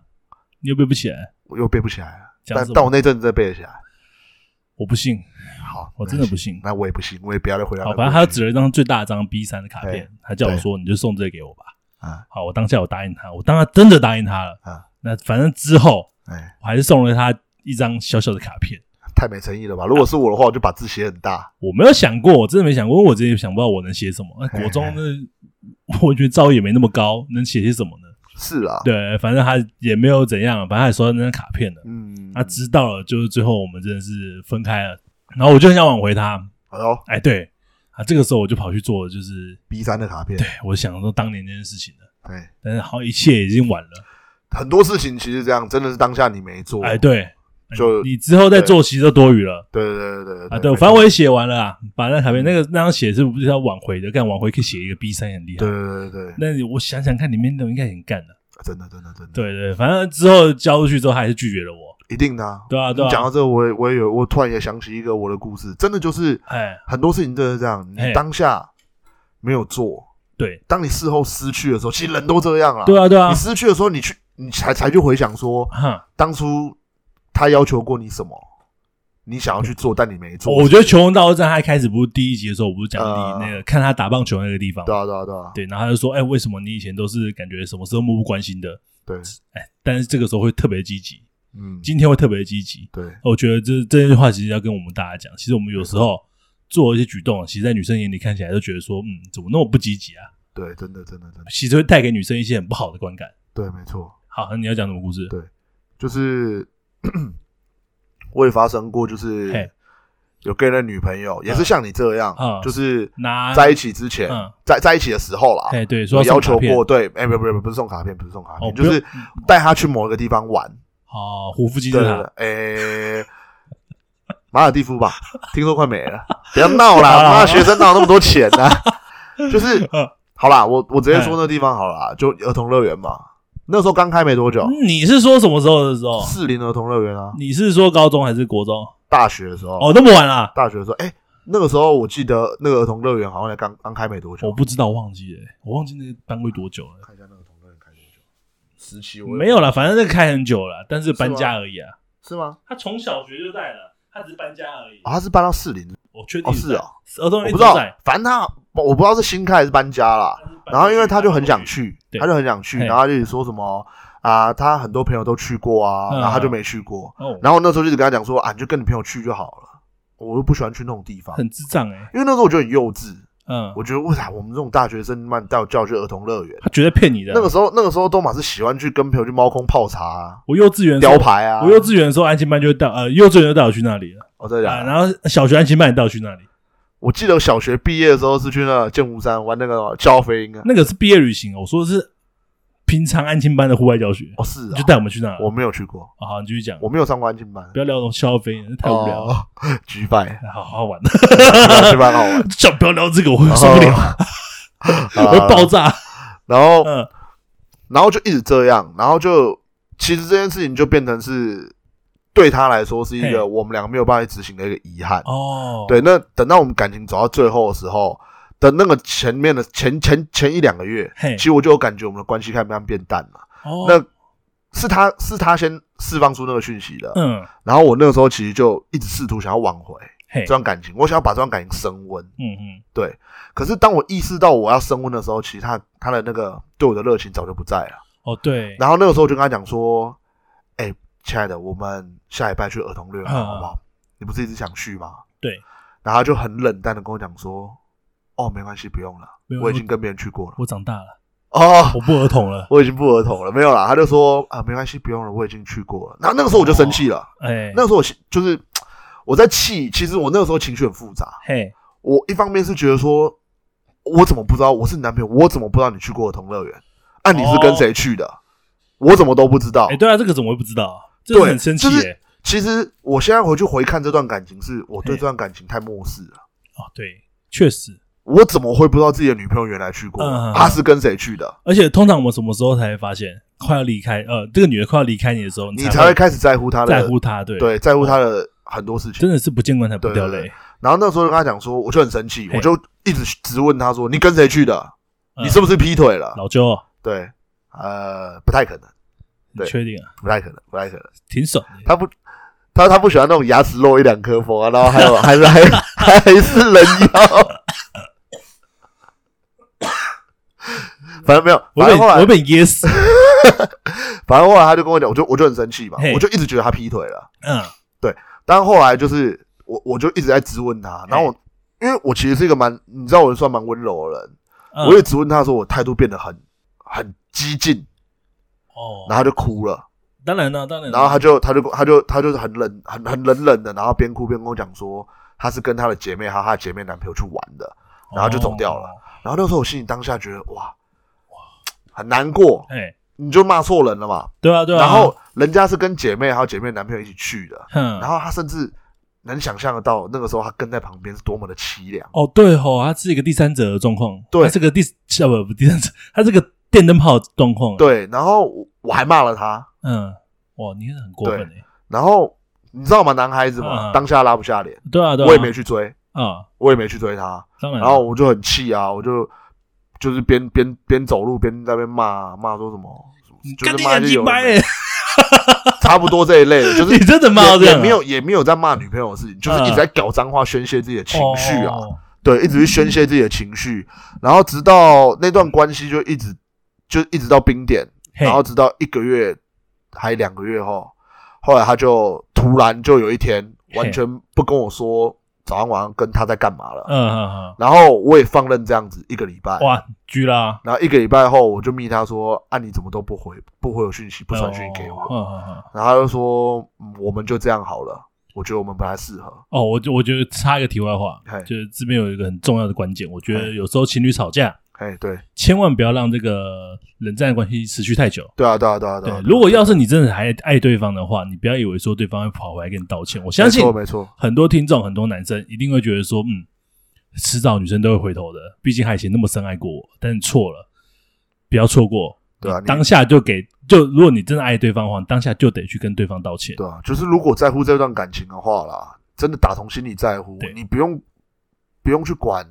Speaker 1: 你又背不起来，
Speaker 2: 我又背不起来了，
Speaker 1: 讲
Speaker 2: 但
Speaker 1: 什么
Speaker 2: 但我那阵子真的背得起来。
Speaker 1: 我不信，
Speaker 2: 好，
Speaker 1: 哦我真的不信。
Speaker 2: 那我也不信，我也不要再回答
Speaker 1: 好，
Speaker 2: 那个问
Speaker 1: 反正
Speaker 2: 题。
Speaker 1: 他指了一张最大的张 B 三的卡
Speaker 2: 对
Speaker 1: 片，他叫我
Speaker 2: 对
Speaker 1: 说你就送这个给我吧。
Speaker 2: 啊，
Speaker 1: 好，我当下我答应他，我当下真的答应他了。
Speaker 2: 啊
Speaker 1: 那反正之后
Speaker 2: 哎，
Speaker 1: 我还是送了他一张小小的卡片。
Speaker 2: 太没诚意了吧？如果是我的话，我就把字写很大。
Speaker 1: 我没有想过，我真的没想过，因为我真的想不到我能写什么。那国中那 (laughs) 我觉得造诣也没那么高，能写些什么呢？
Speaker 2: 是啊，
Speaker 1: 对，反正他也没有怎样，反正他也收到那张卡片了。
Speaker 2: 嗯，
Speaker 1: 他知道了，就是最后我们真的是分开了。然后我就很想挽回他，
Speaker 2: 哎呦
Speaker 1: 哎，对啊，这个时候我就跑去做，就是
Speaker 2: ，B 三的卡片，
Speaker 1: 哎我想说当年那件事情了，
Speaker 2: 对，
Speaker 1: 但是好，一切已经晚了。
Speaker 2: 很多事情其实这样，真的是当下你没做。
Speaker 1: 哎，对，
Speaker 2: 就
Speaker 1: 你之后再做，其实就多余了。
Speaker 2: 对对对呃对
Speaker 1: 啊，对，反正我也写完了啊，把那卡片那个那张写是不是要挽回的？干挽回可以写一个 B 三很厉害。
Speaker 2: 对对对对，对
Speaker 1: 那你我想想看，里面都应该很干的。
Speaker 2: 真的真的真的，
Speaker 1: 对对，反正之后交出去之后，他还是拒绝了我。
Speaker 2: 一定的啊。
Speaker 1: 对啊对
Speaker 2: 你讲到
Speaker 1: 啊，
Speaker 2: 这个，我也我也有，我突然也想起一个我的故事，真的就是
Speaker 1: 哎，
Speaker 2: 很多事情真的是这样，
Speaker 1: 嘿
Speaker 2: 你当下没有做，
Speaker 1: 对
Speaker 2: 当你事后失去的时候，其实人都这样啦。
Speaker 1: 对啊对啊
Speaker 2: 你，失去的时候，你去你才才去回想说，
Speaker 1: 哈，
Speaker 2: 当初他要求过你什么，你想要去做，但你没做。
Speaker 1: 我觉得《球王大作战》他一开始不是第一集的时候，我不是讲
Speaker 2: 呃
Speaker 1: 你那个看他打棒球那个地方
Speaker 2: 对，啊，对啊，对啊，
Speaker 1: 对，然后他就说，哎，为什么你以前都是感觉什么事都漠不关心的？
Speaker 2: 对，
Speaker 1: 哎，但是这个时候会特别积极，
Speaker 2: 嗯，
Speaker 1: 今天会特别积极。
Speaker 2: 对，
Speaker 1: 我觉得这这句话其实要跟我们大家讲，其实我们有时候做一些举动，其实，在女生眼里看起来就觉得说，嗯，怎么那么不积极啊？
Speaker 2: 对，真的，真的，真的，
Speaker 1: 其实会带给女生一些很不好的观感。
Speaker 2: 对，没错，
Speaker 1: 好，那你要讲什么故事？
Speaker 2: 对就是 (clears throat) 我也发生过，就
Speaker 1: 嘿
Speaker 2: 是有跟人的女朋友，也是像你这样
Speaker 1: 啊，
Speaker 2: 就是
Speaker 1: 拿
Speaker 2: 在一起之前，
Speaker 1: 嗯，
Speaker 2: 在在一起的时候啦，
Speaker 1: 哎，对，说
Speaker 2: 有
Speaker 1: 要
Speaker 2: 啊
Speaker 1: 送
Speaker 2: 要求
Speaker 1: 卡片
Speaker 2: 过，对，哎，不不不，不是送卡片，不是送卡
Speaker 1: 哦
Speaker 2: 片，
Speaker 1: 不
Speaker 2: 就
Speaker 1: 用
Speaker 2: 是带她去某一个地方玩，
Speaker 1: 哦，胡夫金
Speaker 2: 对
Speaker 1: 字
Speaker 2: 对
Speaker 1: 塔，
Speaker 2: 对，哎。马尔蒂夫吧，听说快没了，不要闹
Speaker 1: 好
Speaker 2: 啦！
Speaker 1: 啦好
Speaker 2: 妈，
Speaker 1: 啦
Speaker 2: 学生哪有那么多钱呢、
Speaker 1: (laughs)
Speaker 2: 就是
Speaker 1: 呃
Speaker 2: 好啦，我我
Speaker 1: 哎
Speaker 2: 直接说那地方好啦，就儿童乐园嘛。那时候刚开没多久，
Speaker 1: 嗯你是说什么时候的时候？
Speaker 2: 四零儿童乐园啊，
Speaker 1: 你是说高中还是国中？
Speaker 2: 大学的时候，
Speaker 1: 哦，那么晚啦，
Speaker 2: 大学的时候，哎、那个时候我记得那个儿童乐园好像才刚刚开没多久。
Speaker 1: 我不知道，忘记了，我忘记那个班规多久了。
Speaker 2: 看一下那个儿童乐园开多久，十七
Speaker 1: 没有啦，反正那个开很久了，但是搬
Speaker 2: 是吗
Speaker 1: 家而已啊。
Speaker 2: 是吗？
Speaker 1: 他从小学就在了，他只是搬家而已。
Speaker 2: 啊，他是搬到四零，
Speaker 1: 我确定
Speaker 2: 哦是
Speaker 1: 在
Speaker 2: 哦，
Speaker 1: 儿童
Speaker 2: 我
Speaker 1: 园一
Speaker 2: 不知
Speaker 1: 直
Speaker 2: 道
Speaker 1: 在。，
Speaker 2: 反正他我不知道是新开还是搬家啦。然后因为他就很想，去，
Speaker 1: 对
Speaker 2: 他就很想去，
Speaker 1: 嘿
Speaker 2: 然后他就一直说什么啊，他很多朋友都去过啊，
Speaker 1: 嗯
Speaker 2: 然后他就没去过。
Speaker 1: 哦，
Speaker 2: 然后那时候就一直跟他讲说啊，你就跟你朋友去就好了。我又不喜欢去那种地方，
Speaker 1: 很智障哎，
Speaker 2: 因为那时候我觉得很幼稚，
Speaker 1: 嗯，
Speaker 2: 我觉得为啥我们这种大学生嘛，你带我叫我去儿童乐园？
Speaker 1: 他绝对啊骗你的。
Speaker 2: 那个时候，那个时候都嘛是喜欢去跟朋友去猫空泡茶、啊、
Speaker 1: 我幼稚园的时候
Speaker 2: 雕，牌啊。哦
Speaker 1: 我幼稚园的时候安亲班就带呃幼稚园就带我去那里了，
Speaker 2: 我在
Speaker 1: 啊，
Speaker 2: 讲，
Speaker 1: 然后小学安亲班也带我去那里，
Speaker 2: 我记得我小学毕业的时候是去那剑湖山玩那个教飞鹰啊。
Speaker 1: 那个是毕业旅行，我说的是平常安亲班的户外教学，
Speaker 2: 哦，是
Speaker 1: 你
Speaker 2: 啊
Speaker 1: 就，带我们去那。
Speaker 2: 我没有去过，
Speaker 1: 啊好，你继续讲，
Speaker 2: 我没有上过安静班
Speaker 1: 不，要聊那种消费，太无聊了，
Speaker 2: 哦， (laughs) 举拜，
Speaker 1: 好好玩，哦 (laughs)
Speaker 2: 安静班好玩。
Speaker 1: 就不要聊这个，我会受不了， (laughs)
Speaker 2: 好
Speaker 1: 我
Speaker 2: 啦
Speaker 1: 会爆炸。
Speaker 2: 然后，
Speaker 1: 嗯，
Speaker 2: 然后就一直这样，然后就其实这件事情就变成是对他来说是一
Speaker 1: 嘿
Speaker 2: 个我们两个没有办法去执行的一个遗憾。
Speaker 1: 哦，
Speaker 2: 对，那等到我们感情走到最后的时候，的那个前面的前前前一两个月，
Speaker 1: 嘿
Speaker 2: 其，实我就有感觉我们的关系开始慢慢变淡了。
Speaker 1: 哦，
Speaker 2: 那是他是他先释放出那个讯息的，
Speaker 1: 嗯，
Speaker 2: 然后我那个时候其实就一直试图想要挽回
Speaker 1: 嘿
Speaker 2: 这，段感情，我想要把这段感情升温。
Speaker 1: 嗯嗯，
Speaker 2: 对，可是当我意识到我要升温的时候，其实他他的那个对我的热情早就不在了。
Speaker 1: 哦对，
Speaker 2: 然后那个时候我就跟他讲说：“哎、亲爱的，我们下礼拜去儿童乐园
Speaker 1: 嗯
Speaker 2: 好不好？你不是一直想去吗？”
Speaker 1: 对。
Speaker 2: 然后他就很冷淡的跟我讲说：“哦，没关系，不用了
Speaker 1: 没，有
Speaker 2: 我已经跟别人去过了。
Speaker 1: 我长大了，”
Speaker 2: 哦，
Speaker 1: 我不儿童了，
Speaker 2: 我已经不儿童了，没有啦。他就说：“啊，没关系，不用了，我已经去过了。”然后那个时候我就生气了，
Speaker 1: 哎，
Speaker 2: 那个时候 (laughs) 我就是我在气，其实我那个时候情绪很复杂。
Speaker 1: 嘿，
Speaker 2: 我一方面是觉得说，我怎么不知道我是你男朋友，我怎么不知道你去过儿童乐园？啊，你是跟谁去的？我怎么都不知道。
Speaker 1: 哦哎，对啊，这个怎么会不知道？这个
Speaker 2: 对
Speaker 1: 很生气
Speaker 2: 就是
Speaker 1: 耶，
Speaker 2: 其实我现在回去回看这段感情是，我对
Speaker 1: 嘿
Speaker 2: 这段感情太漠视了。
Speaker 1: 哦对，确实，
Speaker 2: 我怎么会不知道自己的女朋友原来去过？
Speaker 1: 嗯
Speaker 2: 她、是跟谁去的？
Speaker 1: 而且通常我们什么时候才会发现快要离开？呃，这个女的快要离开你的时候，
Speaker 2: 你
Speaker 1: 才
Speaker 2: 才会开始在乎她的，
Speaker 1: 在乎她，对，哦
Speaker 2: 对，在乎她的很多事情。
Speaker 1: 真的是不见棺材不掉
Speaker 2: 对对
Speaker 1: 泪。
Speaker 2: 然后那时候就跟她讲说，我就很生气，
Speaker 1: 嘿
Speaker 2: 我就一直直问她说，你跟谁去的？
Speaker 1: 嗯
Speaker 2: 你是不是劈腿了？
Speaker 1: 老周哦，
Speaker 2: 对，呃，不太可能，
Speaker 1: 你
Speaker 2: 对
Speaker 1: 确定啊？
Speaker 2: 不太可能，不太可能。
Speaker 1: 挺爽的，
Speaker 2: 他不，他他不喜欢那种牙齿露一两颗风啊，然后还有还是还还是人妖，反正没有，
Speaker 1: 我
Speaker 2: 反
Speaker 1: 被
Speaker 2: 正后
Speaker 1: 我
Speaker 2: 来，
Speaker 1: 被噎死。
Speaker 2: 反正后来他就跟我讲，我就我就很生气嘛
Speaker 1: 嘿，
Speaker 2: 我就一直觉得他劈腿了，
Speaker 1: 嗯，
Speaker 2: 但后来就是我我就一直在质问他，然后我因为我其实是一个蛮，你知道我算蛮温柔的人，
Speaker 1: 嗯
Speaker 2: 我也质问他说我态度变得很很激进，然
Speaker 1: 哦，
Speaker 2: 后他就哭了。
Speaker 1: 当然了，当然啦，
Speaker 2: 然后他就他就他就他就是很冷很很冷冷的，然后边哭边跟我讲说，他是跟他的姐妹还有他的姐妹男朋友去玩的，然后就走掉了
Speaker 1: 哦。
Speaker 2: 然后那时候我心里当下觉得哇哇很难过，
Speaker 1: 哎，
Speaker 2: 你就骂错人了嘛。
Speaker 1: 对啊，对啊。
Speaker 2: 然后人家是跟姐妹还有姐妹男朋友一起去的，
Speaker 1: 哼，
Speaker 2: 然后他甚至能想象得到那个时候他跟在旁边是多么的凄凉。
Speaker 1: 哦，对吼，他是一个第三者的状况，
Speaker 2: 对
Speaker 1: 他是个第啊不不第三者，他是个电灯泡的状况。，
Speaker 2: 对，然后我我还骂了他，
Speaker 1: 嗯，哇，你真的很过分哎。
Speaker 2: 然后你知道吗？男孩子嘛，
Speaker 1: 嗯
Speaker 2: 当下拉不下脸，
Speaker 1: 对啊，对啊，
Speaker 2: 我也没去追，
Speaker 1: 啊，
Speaker 2: 我也没去追他。
Speaker 1: 当然啦。
Speaker 2: 然后我就很气啊，我就就是边边边走路边在那边骂骂说什么，就
Speaker 1: 干
Speaker 2: 是
Speaker 1: 你
Speaker 2: 骂
Speaker 1: 眼
Speaker 2: 一些有
Speaker 1: 睛
Speaker 2: 的
Speaker 1: 白
Speaker 2: 没
Speaker 1: (laughs) 哎
Speaker 2: 的，差不多这一类的，就是
Speaker 1: 你真的骂到这
Speaker 2: 也
Speaker 1: 样
Speaker 2: 也
Speaker 1: 啊？嗯
Speaker 2: 没有也没有在骂女朋友的事情，就是一直在搞脏话宣泄自己的情绪啊，
Speaker 1: 哦
Speaker 2: 对，一直去宣泄自己的情绪，然后直到那段关系就一直就一直到冰点，
Speaker 1: 嘿
Speaker 2: 然后直到一个月还两个月后，后来他就突然就有一天完全不跟我说早上晚上跟他在干嘛了。
Speaker 1: 嗯嗯
Speaker 2: 然后我也放任这样子一个礼拜
Speaker 1: 嗯，，哇，居啦，
Speaker 2: 然后一个礼拜后我就密他说啊你怎么都不回不回我讯息不传讯息给我，
Speaker 1: 嗯嗯嗯。
Speaker 2: 然后他就说、嗯我们就这样好了，我觉得我们不太适合，
Speaker 1: 哦，我就我觉得插一个题外话
Speaker 2: 嗨，
Speaker 1: 就是这边有一个很重要的关键，我觉得有时候情侣吵架，
Speaker 2: 哎对
Speaker 1: 千万不要让这个冷战的关系持续太久。
Speaker 2: 对啊对啊对啊
Speaker 1: 对
Speaker 2: 啊，，
Speaker 1: 如果要是你真的还爱对方的话，你不要以为说对方会跑回来跟你道歉。我相信
Speaker 2: 没错没错，
Speaker 1: 很多听众、很多男生一定会觉得说，嗯，迟早女生都会回头的，毕竟她以前那么深爱过我。但是错了，不要错过。
Speaker 2: 对啊你
Speaker 1: 当下就给就，如果你真的爱对方的话，你当下就得去跟对方道歉。
Speaker 2: 对啊，就是如果在乎这段感情的话啦，真的打从心里在乎
Speaker 1: 对，
Speaker 2: 你不用不用去管。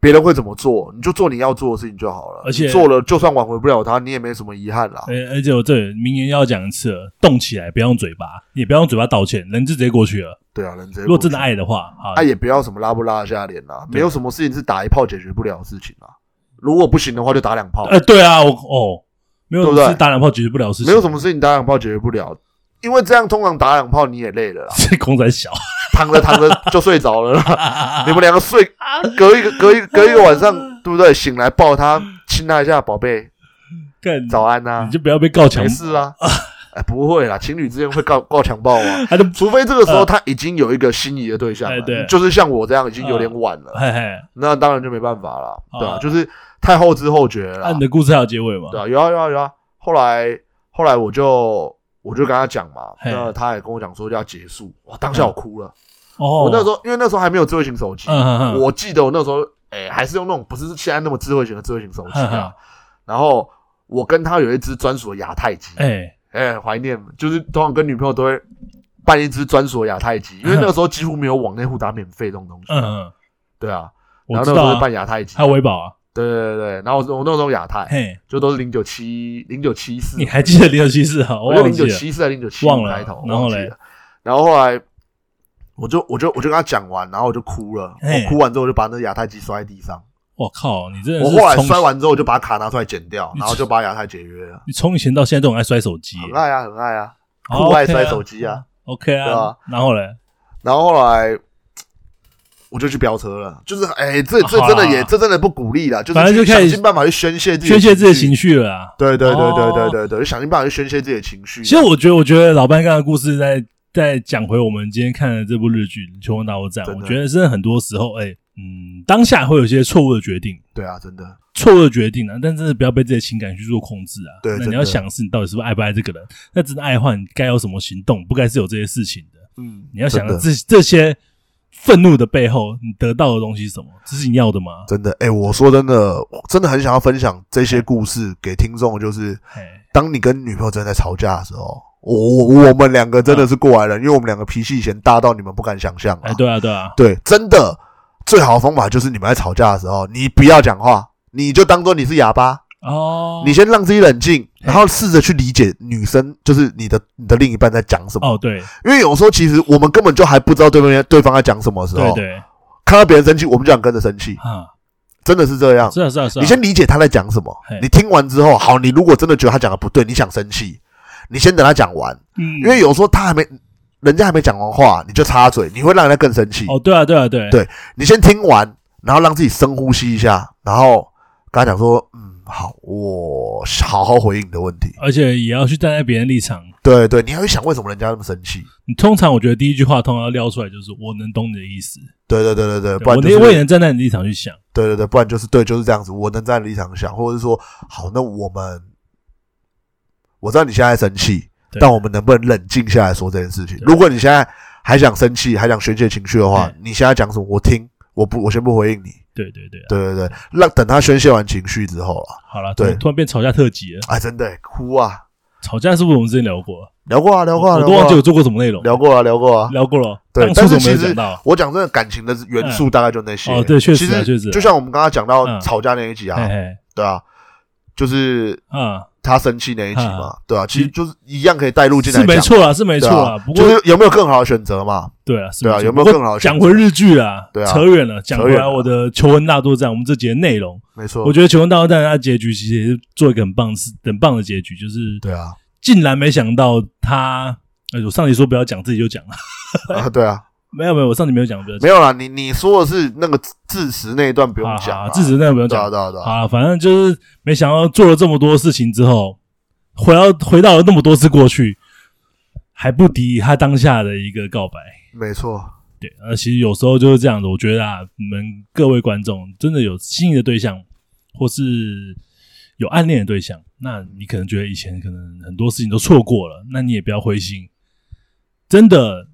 Speaker 2: 别人会怎么做，你就做你要做的事情就好了。
Speaker 1: 而且
Speaker 2: 你做了，就算挽回不了他，你也没什么遗憾啦。
Speaker 1: 而而且我这里明年要讲一次了，动起来，不要用嘴巴，也不要用嘴巴道歉，人就直接过去了。
Speaker 2: 对啊，人直接
Speaker 1: 如果真的
Speaker 2: 过去
Speaker 1: 爱的话，啊，
Speaker 2: 啊，也不要什么拉不拉得下脸啦、啊没有什么事情是打一炮解决不了的事情啦、如果不行的话，就打两炮，
Speaker 1: 呃，对啊，我哦，没有
Speaker 2: 对不对
Speaker 1: 是打两炮解决不了的事情，，
Speaker 2: 没有什么事情打两炮解决不了，因为这样通常打两炮你也累了啦
Speaker 1: 是公仔小， (laughs)
Speaker 2: 躺着躺着就睡着了啦。你们两个睡，隔一个隔一个隔一个晚上，对不对？醒来抱他，亲他一下，宝贝，
Speaker 1: 干
Speaker 2: 早安呐、
Speaker 1: 嗯你就不要被告强
Speaker 2: 没，事
Speaker 1: (laughs)
Speaker 2: 啊。哎，不会啦，情侣之间会告告强暴啊，
Speaker 1: 他就呃
Speaker 2: 除非这个时候他已经有一个心仪的对象
Speaker 1: 哎
Speaker 2: 了，
Speaker 1: 对呃
Speaker 2: 就是像我这样已经有点晚了，
Speaker 1: 嘿嘿，
Speaker 2: 那当然就没办法了，对吧、
Speaker 1: 啊
Speaker 2: 就是太后知后觉了啦
Speaker 1: 按你的故事还有结尾嘛？
Speaker 2: 啊对啊，有啊有啊有啊。后来后来我就我就跟他讲嘛，
Speaker 1: 嘿
Speaker 2: 那他也跟我讲说要结束，哇，当下我哭了。
Speaker 1: 哦，
Speaker 2: 我那时候因为那时候还没有智慧型手机，
Speaker 1: 嗯嗯嗯
Speaker 2: 我记得我那时候哎、还是用那种不是现在那么智慧型的智慧型手机
Speaker 1: 嗯
Speaker 2: 啊
Speaker 1: 嗯。
Speaker 2: 然后我跟他有一只专属的亚太机，
Speaker 1: 哎，
Speaker 2: 哎、怀念，就是通常跟女朋友都会办
Speaker 1: 嗯
Speaker 2: 一只专属的亚太机，因为那个时候几乎没有网内互打免费这种东西。
Speaker 1: 嗯嗯，
Speaker 2: 对啊，
Speaker 1: 嗯我
Speaker 2: 然后
Speaker 1: 知
Speaker 2: 那个时
Speaker 1: 道
Speaker 2: 候是
Speaker 1: 啊
Speaker 2: 办，亚太级，
Speaker 1: 还有维宝啊，
Speaker 2: 对对对对，然后我我那时候亚太
Speaker 1: 嘿，
Speaker 2: 就都是零九七零九七四
Speaker 1: 你，还记得零九七四啊？
Speaker 2: (laughs) 我
Speaker 1: 我
Speaker 2: 就
Speaker 1: 忘
Speaker 2: 零
Speaker 1: 记
Speaker 2: 九
Speaker 1: 了，
Speaker 2: 七四还零九七
Speaker 1: 忘了
Speaker 2: 开头，
Speaker 1: 然后
Speaker 2: 忘记
Speaker 1: 嘞
Speaker 2: 了，然后后来我就我就我就跟他讲完，然后我就哭了，
Speaker 1: 嘿
Speaker 2: 我哭完之后我就把那亚太机摔在地上，
Speaker 1: 我靠，你真的
Speaker 2: 我
Speaker 1: 是
Speaker 2: 后来
Speaker 1: 从
Speaker 2: 摔完之后我就把卡拿出来剪掉，
Speaker 1: 你
Speaker 2: 然后就把亚太解约了，
Speaker 1: 你从以前到现在都很爱摔手机耶，
Speaker 2: 很爱啊很爱啊，
Speaker 1: 哦
Speaker 2: 酷爱
Speaker 1: OK
Speaker 2: 摔手机啊，
Speaker 1: ，OK
Speaker 2: 对
Speaker 1: 啊
Speaker 2: 啊，
Speaker 1: 然后嘞，
Speaker 2: 然后后来。我就去飙车了，就是哎、这这
Speaker 1: 好啦
Speaker 2: 真的也这真的不鼓励啦，就是
Speaker 1: 啊反正就
Speaker 2: 去
Speaker 1: 开始
Speaker 2: 想尽办法去宣泄自己
Speaker 1: 宣泄自己的
Speaker 2: 绪
Speaker 1: 情绪了啊。
Speaker 2: 对对对对
Speaker 1: 哦
Speaker 2: 对对对，就想尽办法去宣泄自己的情绪。
Speaker 1: 其实我觉得，我觉得老班刚刚的故事在在讲回我们今天看的这部日剧《求婚大作战》，
Speaker 2: 真的
Speaker 1: 我觉得真的很多时候，哎、嗯，当下会有一些错误的决定，
Speaker 2: 对啊，真的，
Speaker 1: 错误的决定啊，但真的不要被自己的情感去做控制啊。
Speaker 2: 对
Speaker 1: 那
Speaker 2: 真
Speaker 1: 你
Speaker 2: 的
Speaker 1: 要想是你到底是不是爱不爱这个人，那真的爱的话，你该有什么行动，不该是有这些事情的。
Speaker 2: 嗯，
Speaker 1: 你要想
Speaker 2: 真的
Speaker 1: 这这些愤怒的背后，你得到的东西是什么？这是你要的吗？
Speaker 2: 真的，哎、我说真的，我真的很想要分享这些故事给听众，就是
Speaker 1: 哎，
Speaker 2: 当你跟女朋友真的在吵架的时候，我我我们两个真的是过来人，因为我们两个脾气以前大到你们不敢想象啊
Speaker 1: 嗯哎，对啊，对啊，
Speaker 2: 对，真的，最好的方法就是你们在吵架的时候，你不要讲话，你就当做你是哑巴，
Speaker 1: 哦，
Speaker 2: 啊
Speaker 1: 哎
Speaker 2: 你先让自己冷静，然后试着去理解女生，就是你的你的另一半在讲什么。
Speaker 1: 哦，对
Speaker 2: 因为有时候其实我们根本就还不知道对方对方在讲什么的时
Speaker 1: 对
Speaker 2: 候，
Speaker 1: 对
Speaker 2: 看到别人生气，我们就想跟着生气，
Speaker 1: 啊，
Speaker 2: 真的是这样。
Speaker 1: 是啊是啊是啊，
Speaker 2: 你先理解他在讲什么
Speaker 1: 嘿，
Speaker 2: 你听完之后，好，你如果真的觉得他讲的不对，你想生气，你先等他讲完，
Speaker 1: 嗯，
Speaker 2: 因为有时候他还没，人家还没讲完话，你就插嘴，你会让人家更生气。
Speaker 1: 哦，对啊对啊对
Speaker 2: 对你先听完，然后让自己深呼吸一下，然后跟他讲说，嗯，好，我好好回应你的问题。
Speaker 1: 而且也要去站在别人立场。
Speaker 2: 对对，你还会想为什么人家那么生气？
Speaker 1: 你通常我觉得第一句话通常要撩出来就是我能懂你的意思，
Speaker 2: 对对对对对，不
Speaker 1: 我
Speaker 2: 然就是
Speaker 1: 我也能站在你的立场去想。
Speaker 2: 对对对，不然就是对，就是这样子。我能站在立场想，或者是说，好，那我们我知道你现在生气
Speaker 1: 对，
Speaker 2: 但我们能不能冷静下来说这件事情？
Speaker 1: 对
Speaker 2: 如果你现在还想生气，还想宣泄情绪的话
Speaker 1: 对，
Speaker 2: 你现在讲什么，我听，我不，我先不回应你。
Speaker 1: 对对对啊、
Speaker 2: 对对对，让等他宣泄完情绪之后了，
Speaker 1: 好了，突
Speaker 2: 对
Speaker 1: 然突然变吵架特辑了。
Speaker 2: 哎，真的哭啊，
Speaker 1: 吵架是不是我们之前聊过？
Speaker 2: 聊过啊，聊过啊，
Speaker 1: 我
Speaker 2: 聊
Speaker 1: 都忘记
Speaker 2: 过
Speaker 1: 有
Speaker 2: 啊，
Speaker 1: 做过什么内容，
Speaker 2: 聊过啊，聊过啊。
Speaker 1: 聊过了。
Speaker 2: 对
Speaker 1: 当
Speaker 2: 但
Speaker 1: 初
Speaker 2: 是
Speaker 1: 怎么没有
Speaker 2: 其
Speaker 1: 讲
Speaker 2: 实
Speaker 1: 到？
Speaker 2: 我讲真的感情的元素大概就那些。
Speaker 1: 嗯哦对确实啊
Speaker 2: 其
Speaker 1: 确实啊
Speaker 2: 就像我们刚刚讲
Speaker 1: 嗯
Speaker 2: 到吵架那一集啊，
Speaker 1: 嘿嘿，
Speaker 2: 对啊，就是
Speaker 1: 啊，
Speaker 2: 他生气那一集嘛，对啊，其
Speaker 1: 你
Speaker 2: 实就是一样可以带入进来
Speaker 1: 嗯是
Speaker 2: 讲，
Speaker 1: 没错啦，是没
Speaker 2: 对
Speaker 1: 错啦。
Speaker 2: 啊，
Speaker 1: 不
Speaker 2: 就
Speaker 1: 过
Speaker 2: 是有没有更好的选择嘛？
Speaker 1: 对啊，是
Speaker 2: 对啊
Speaker 1: 错
Speaker 2: 有没
Speaker 1: 不
Speaker 2: 有
Speaker 1: 过
Speaker 2: 更好的选
Speaker 1: 讲
Speaker 2: 择
Speaker 1: 回日剧啦，
Speaker 2: 对啊
Speaker 1: 扯远了，讲回
Speaker 2: 扯
Speaker 1: 来
Speaker 2: 远了
Speaker 1: 我的求婚大作战，我们这集的内容，
Speaker 2: 没错，
Speaker 1: 我觉得求婚大作战它的结局其实也是做一个很棒的事，很棒的结局，就是
Speaker 2: 对
Speaker 1: (laughs)
Speaker 2: 啊，
Speaker 1: 竟然没想到他，哎，我上集说不要讲，自己就讲了。 (laughs) 哎
Speaker 2: 啊对啊，
Speaker 1: 没有没有，我上集没有讲，不要讲。
Speaker 2: 没有啦，你你说的是那个致辞那一段不用讲
Speaker 1: 好
Speaker 2: 啦，
Speaker 1: 好自己那个不用
Speaker 2: 对
Speaker 1: 讲
Speaker 2: 啊。对啊对啊，
Speaker 1: 好了，反正就是没想到做了这么多事情之后，回到回到了那么多次过去，还不敌他当下的一个告白。
Speaker 2: 没错，
Speaker 1: 对，呃，其实有时候就是这样子。我觉得啊，你们各位观众真的有心仪的对象，或是有暗恋的对象，那你可能觉得以前可能很多事情都错过了，那你也不要灰心。真的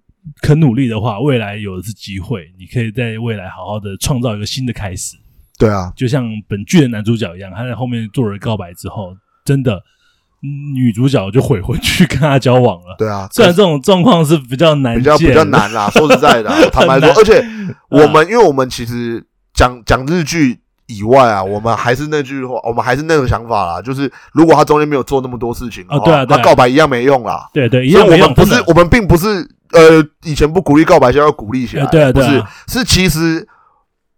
Speaker 1: 肯努力的话，未来有的是机会，你可以在未来好好的创造一个新的开始。
Speaker 2: 对啊，
Speaker 1: 就像本剧的男主角一样，他在后面做了告白之后，真的嗯女主角就悔婚去跟他交往了。
Speaker 2: 对啊，
Speaker 1: 虽然这种状况是比较难
Speaker 2: 比
Speaker 1: 见
Speaker 2: 较
Speaker 1: 的，
Speaker 2: 比较难啦，说实在的啊，坦白
Speaker 1: (laughs) 很难
Speaker 2: 说，而且我们因为我们其实讲讲日剧。以外啊，我们还是那句话，我们还是那种想法啦，就是如果他中间没有做那么多事情的
Speaker 1: 哦
Speaker 2: 话，
Speaker 1: 对啊对啊
Speaker 2: 他告白一样没用啦。
Speaker 1: 对对，一
Speaker 2: 所以
Speaker 1: 样
Speaker 2: 我
Speaker 1: 一样
Speaker 2: 们不
Speaker 1: 真
Speaker 2: 是
Speaker 1: 的
Speaker 2: 我们并不是呃以前不鼓励告白，现在要鼓励起来，
Speaker 1: 呃对啊
Speaker 2: 不
Speaker 1: 对啊
Speaker 2: 是是其实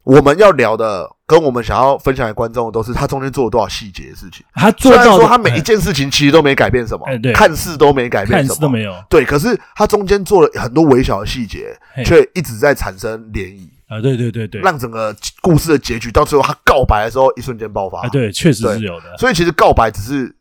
Speaker 2: 我们要聊的跟我们想要分享给观众的都是他中间做了多少细节的事情。
Speaker 1: 他做
Speaker 2: 虽然
Speaker 1: 到
Speaker 2: 说
Speaker 1: 的
Speaker 2: 他每一件事情其实都没改变什么
Speaker 1: 哎对，
Speaker 2: 看似都没改
Speaker 1: 哎
Speaker 2: 变
Speaker 1: 看
Speaker 2: 什
Speaker 1: 似都
Speaker 2: 么，
Speaker 1: 没有，
Speaker 2: 对，可是他中间做了很多微小的细节
Speaker 1: 嘿，
Speaker 2: 却一直在产生涟漪，
Speaker 1: 啊，对对对对，
Speaker 2: 让整个故事的结局到最后他告白的时候一瞬间爆发
Speaker 1: 啊，。对，确实
Speaker 2: 对
Speaker 1: 是有的，
Speaker 2: 所以其实告白只是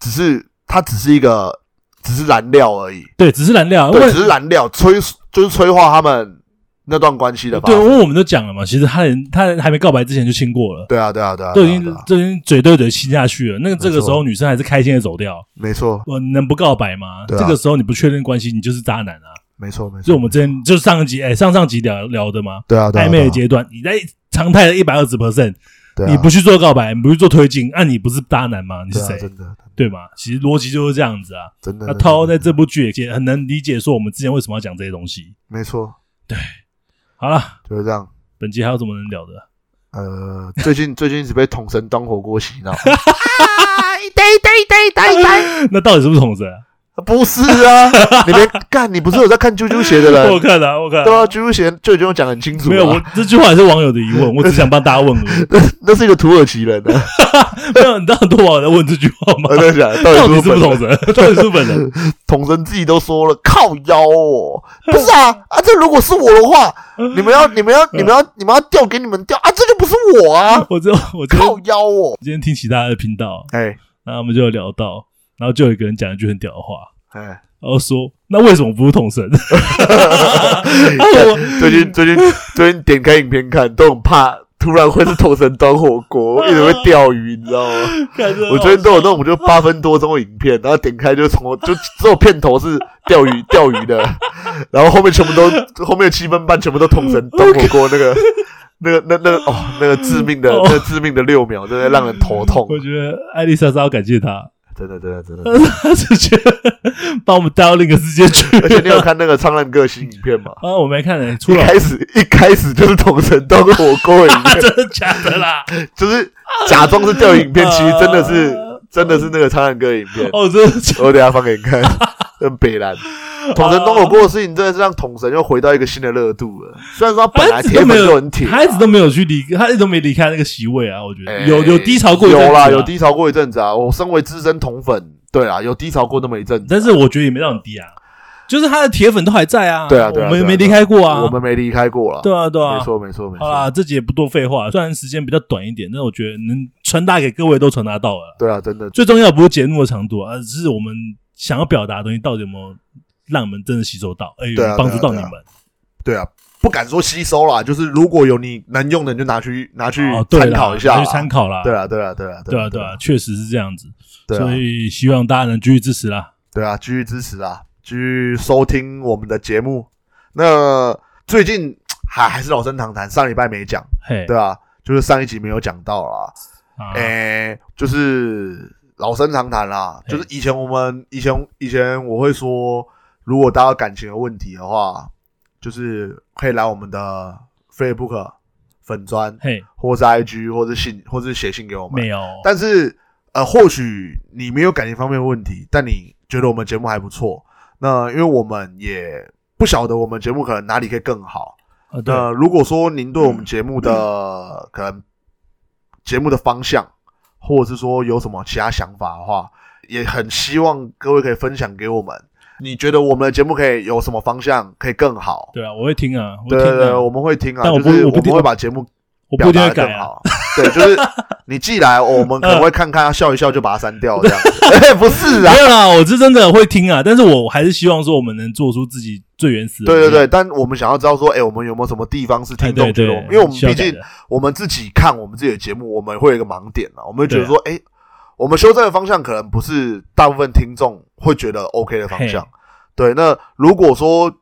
Speaker 2: 只是它只是一个只是燃料而已，
Speaker 1: 对，只是燃料，因
Speaker 2: 对，
Speaker 1: 为
Speaker 2: 只是燃料催，就是催化他们那段关系的发
Speaker 1: 对，因
Speaker 2: 生。
Speaker 1: 为我们都讲了嘛，其实他连他还没告白之前就亲过了，
Speaker 2: 对啊，对啊，对啊，
Speaker 1: 都已
Speaker 2: 对啊
Speaker 1: 经
Speaker 2: 对啊
Speaker 1: 都已经嘴对嘴亲下去了，那个这个
Speaker 2: 没错
Speaker 1: 时候女生还是开心的走掉，
Speaker 2: 没错，
Speaker 1: 我能不告白吗？
Speaker 2: 对
Speaker 1: 这
Speaker 2: 啊
Speaker 1: 个时候你不确认关系，你就是渣男啊！
Speaker 2: 没错，没错。
Speaker 1: 所以我们之前就是上一集哎、上上集聊聊的嘛，
Speaker 2: 对啊，对啊，
Speaker 1: 暧昧的
Speaker 2: 对啊
Speaker 1: 阶段，你在常态的一百二十 percent，
Speaker 2: 对啊
Speaker 1: 你不去做告白，你不去做推进，那、你不是渣男吗？你是
Speaker 2: 对啊，
Speaker 1: 谁？
Speaker 2: 真的，
Speaker 1: 对吗？其实逻辑就是这样子啊。
Speaker 2: 真的。
Speaker 1: 那
Speaker 2: 真的
Speaker 1: 涛在这部剧也很能理解，说我们之前为什么要讲这些东西。
Speaker 2: 没错，
Speaker 1: 好了，
Speaker 2: 就是这样。
Speaker 1: 本集还有什么能聊
Speaker 2: (laughs)
Speaker 1: 的？
Speaker 2: 呃，最近 (laughs) 最近一直被桶神当火
Speaker 1: (laughs)
Speaker 2: 锅洗脑， (laughs)
Speaker 1: 那到底是不是同神啊？
Speaker 2: 不是啊？你别干，你不是有在看啾啾鞋的
Speaker 1: (laughs) 我
Speaker 2: 人？
Speaker 1: 看了、啊，我看、啊，
Speaker 2: 对啊，啾啾鞋就已经有讲得很清楚
Speaker 1: 没
Speaker 2: 了。啊
Speaker 1: 有，我这句话也是网友的疑问，我只想帮大家问而已。
Speaker 2: (laughs) 那是一个土耳其人啊，
Speaker 1: 没有，你知道很多网友在问这句话
Speaker 2: (laughs)
Speaker 1: 吗
Speaker 2: 我？
Speaker 1: (laughs)
Speaker 2: 在想到
Speaker 1: 到底
Speaker 2: 底是
Speaker 1: 是不
Speaker 2: 不
Speaker 1: 是
Speaker 2: 是
Speaker 1: 同
Speaker 2: 本人
Speaker 1: 神？到底是不是本人？
Speaker 2: 统神自己都说了，靠腰哦，不是啊啊！这如果是我的话，你们要你们要你们要你们要调给你们调啊，这就不是我啊，
Speaker 1: 我知道，
Speaker 2: (laughs)
Speaker 1: 我今天
Speaker 2: 靠腰哦，
Speaker 1: 今天听其他的频道，啊
Speaker 2: 哎
Speaker 1: 然后我们就有聊到，然后就有一个人讲一句很屌的话，
Speaker 2: 哎，
Speaker 1: 然后说：“那为什么不是同神？” (laughs) 啊我
Speaker 2: 最近最近最近点开影片看，都很怕突然会是统神端火锅，一直会钓鱼，你知道吗？
Speaker 1: 看着
Speaker 2: 我最近都有那种就八分多钟的影片，然后点开就从头就只有片头是钓鱼钓鱼的，然后后面全部都后面的七分半全部都统神端火锅那个。那个、那、那个、哦，那个致命的、
Speaker 1: 哦
Speaker 2: 那个致命的六秒，真的让人头痛。
Speaker 1: 我觉得艾丽莎莎要感谢他，
Speaker 2: 真的、真的、真的。
Speaker 1: 他直接 (laughs) 把我们带到另一个世界去。
Speaker 2: 而且你有看那个《苍兰哥》新影片吗？
Speaker 1: 啊，我没看呢，出
Speaker 2: 一
Speaker 1: 来
Speaker 2: 开始一开始就是统神端火锅的影
Speaker 1: 啊，
Speaker 2: 片，
Speaker 1: 真的假的啦？
Speaker 2: 就是假装是钓鱼影片，其实真的是真的是那个《苍兰哥》的影片。
Speaker 1: 哦，真的假的
Speaker 2: (laughs) 我等一下放给你
Speaker 1: (laughs)
Speaker 2: 看，很北蓝。统神端火锅的事情，真的是让统神又回到一个新的热度了。虽然说他本
Speaker 1: 他一
Speaker 2: 来
Speaker 1: 直
Speaker 2: 铁
Speaker 1: 都没
Speaker 2: 粉就
Speaker 1: 有
Speaker 2: 很铁啊，
Speaker 1: 他一直都没有去离，他一直都没离开那个席位啊。我觉得
Speaker 2: 哎
Speaker 1: 有有低潮过一阵子
Speaker 2: 有
Speaker 1: 啊
Speaker 2: 啦，有，低潮过一阵子啊。我身为资深统粉，对啊，有低潮过那么一阵子。
Speaker 1: 但是我觉得也没到很低啊，就是他的铁粉都还在啊。
Speaker 2: 对啊对啊
Speaker 1: 我们
Speaker 2: 对啊
Speaker 1: 没离开过啊。
Speaker 2: 我们没离开过了。
Speaker 1: 对啊对啊
Speaker 2: 没。错没错没
Speaker 1: 好
Speaker 2: 错
Speaker 1: 啦，。这集也不多废话，虽然时间比较短一点，但我觉得能传达给各位都传达到了。
Speaker 2: 对啊，真的
Speaker 1: 最重要不是节目的长度啊，而是我们想要表达的东西到底有没有让你们真的吸收到，哎、有
Speaker 2: 对啊
Speaker 1: 帮助到你
Speaker 2: 对啊
Speaker 1: 们。
Speaker 2: 对啊，不敢说吸收啦，就是如果有你能用的，你就拿去拿啊去
Speaker 1: 哦，对
Speaker 2: 参
Speaker 1: 啦
Speaker 2: 考一下啦
Speaker 1: 拿去参考啦。
Speaker 2: 对啊，对啊，对啊，
Speaker 1: 对
Speaker 2: 啊，
Speaker 1: 啊，对啊，确实是这样子，
Speaker 2: 对
Speaker 1: 所
Speaker 2: 啊，
Speaker 1: 以希望大家能继续支持啦。
Speaker 2: 对啊，继续支持啊，继续收听我们的节目。那最近还还是老生常谈，上礼拜没讲，
Speaker 1: 嘿，
Speaker 2: 对哎啊，就是上一集没有讲到啦。
Speaker 1: 啊，
Speaker 2: 诶、就是老生常谈啦，
Speaker 1: 嘿
Speaker 2: 就是以前我们以前以前我会说，如果大家有感情的问题的话，就是可以来我们的 Facebook 粉砖，
Speaker 1: 嘿，
Speaker 2: 或是 IG，或是信，或是写信给我们
Speaker 1: 没。有，
Speaker 2: 但是呃，或许你没有感情方面的问题，但你觉得我们节目还不错，那因为我们也不晓得我们节目可能哪里可以更好。
Speaker 1: 啊，对，嗯
Speaker 2: 那如果说您对我们节目的、可能节目的方向，或者是说有什么其他想法的话，也很希望各位可以分享给我们。你觉得我们的节目可以有什么方向可以更好？
Speaker 1: 对啊，我会听啊，我会
Speaker 2: 对
Speaker 1: 听
Speaker 2: 对对，
Speaker 1: 啊，
Speaker 2: 我们会听啊，
Speaker 1: 但我
Speaker 2: 就
Speaker 1: 不
Speaker 2: 是
Speaker 1: 我不
Speaker 2: 们
Speaker 1: 听
Speaker 2: 会把节目
Speaker 1: 我不
Speaker 2: 表
Speaker 1: 一定会
Speaker 2: 达的
Speaker 1: 改
Speaker 2: 更
Speaker 1: 啊，嗯
Speaker 2: 好。 (laughs) 对，就是你寄来，哦我们可能会看看，他笑一笑就把它删掉这样子。 (laughs) 哎不是啊
Speaker 1: 没，有啦，我是真的会听啊，但是我还是希望说我们能做出自己最原始的，
Speaker 2: 对对对，，但我们想要知道说，哎，我们有没有什么地方是
Speaker 1: 嗯哎
Speaker 2: 听
Speaker 1: 对
Speaker 2: 众觉
Speaker 1: 对
Speaker 2: 得我们，因为我们
Speaker 1: 需要
Speaker 2: 毕
Speaker 1: 改
Speaker 2: 竟
Speaker 1: 的
Speaker 2: 我们自己看我们自己的节目，我们会有一个盲点啊，我们会觉得说，哎，我们修正的方向可能不是大部分听众会觉得 OK 的方向
Speaker 1: 嘿。
Speaker 2: 对，那如果说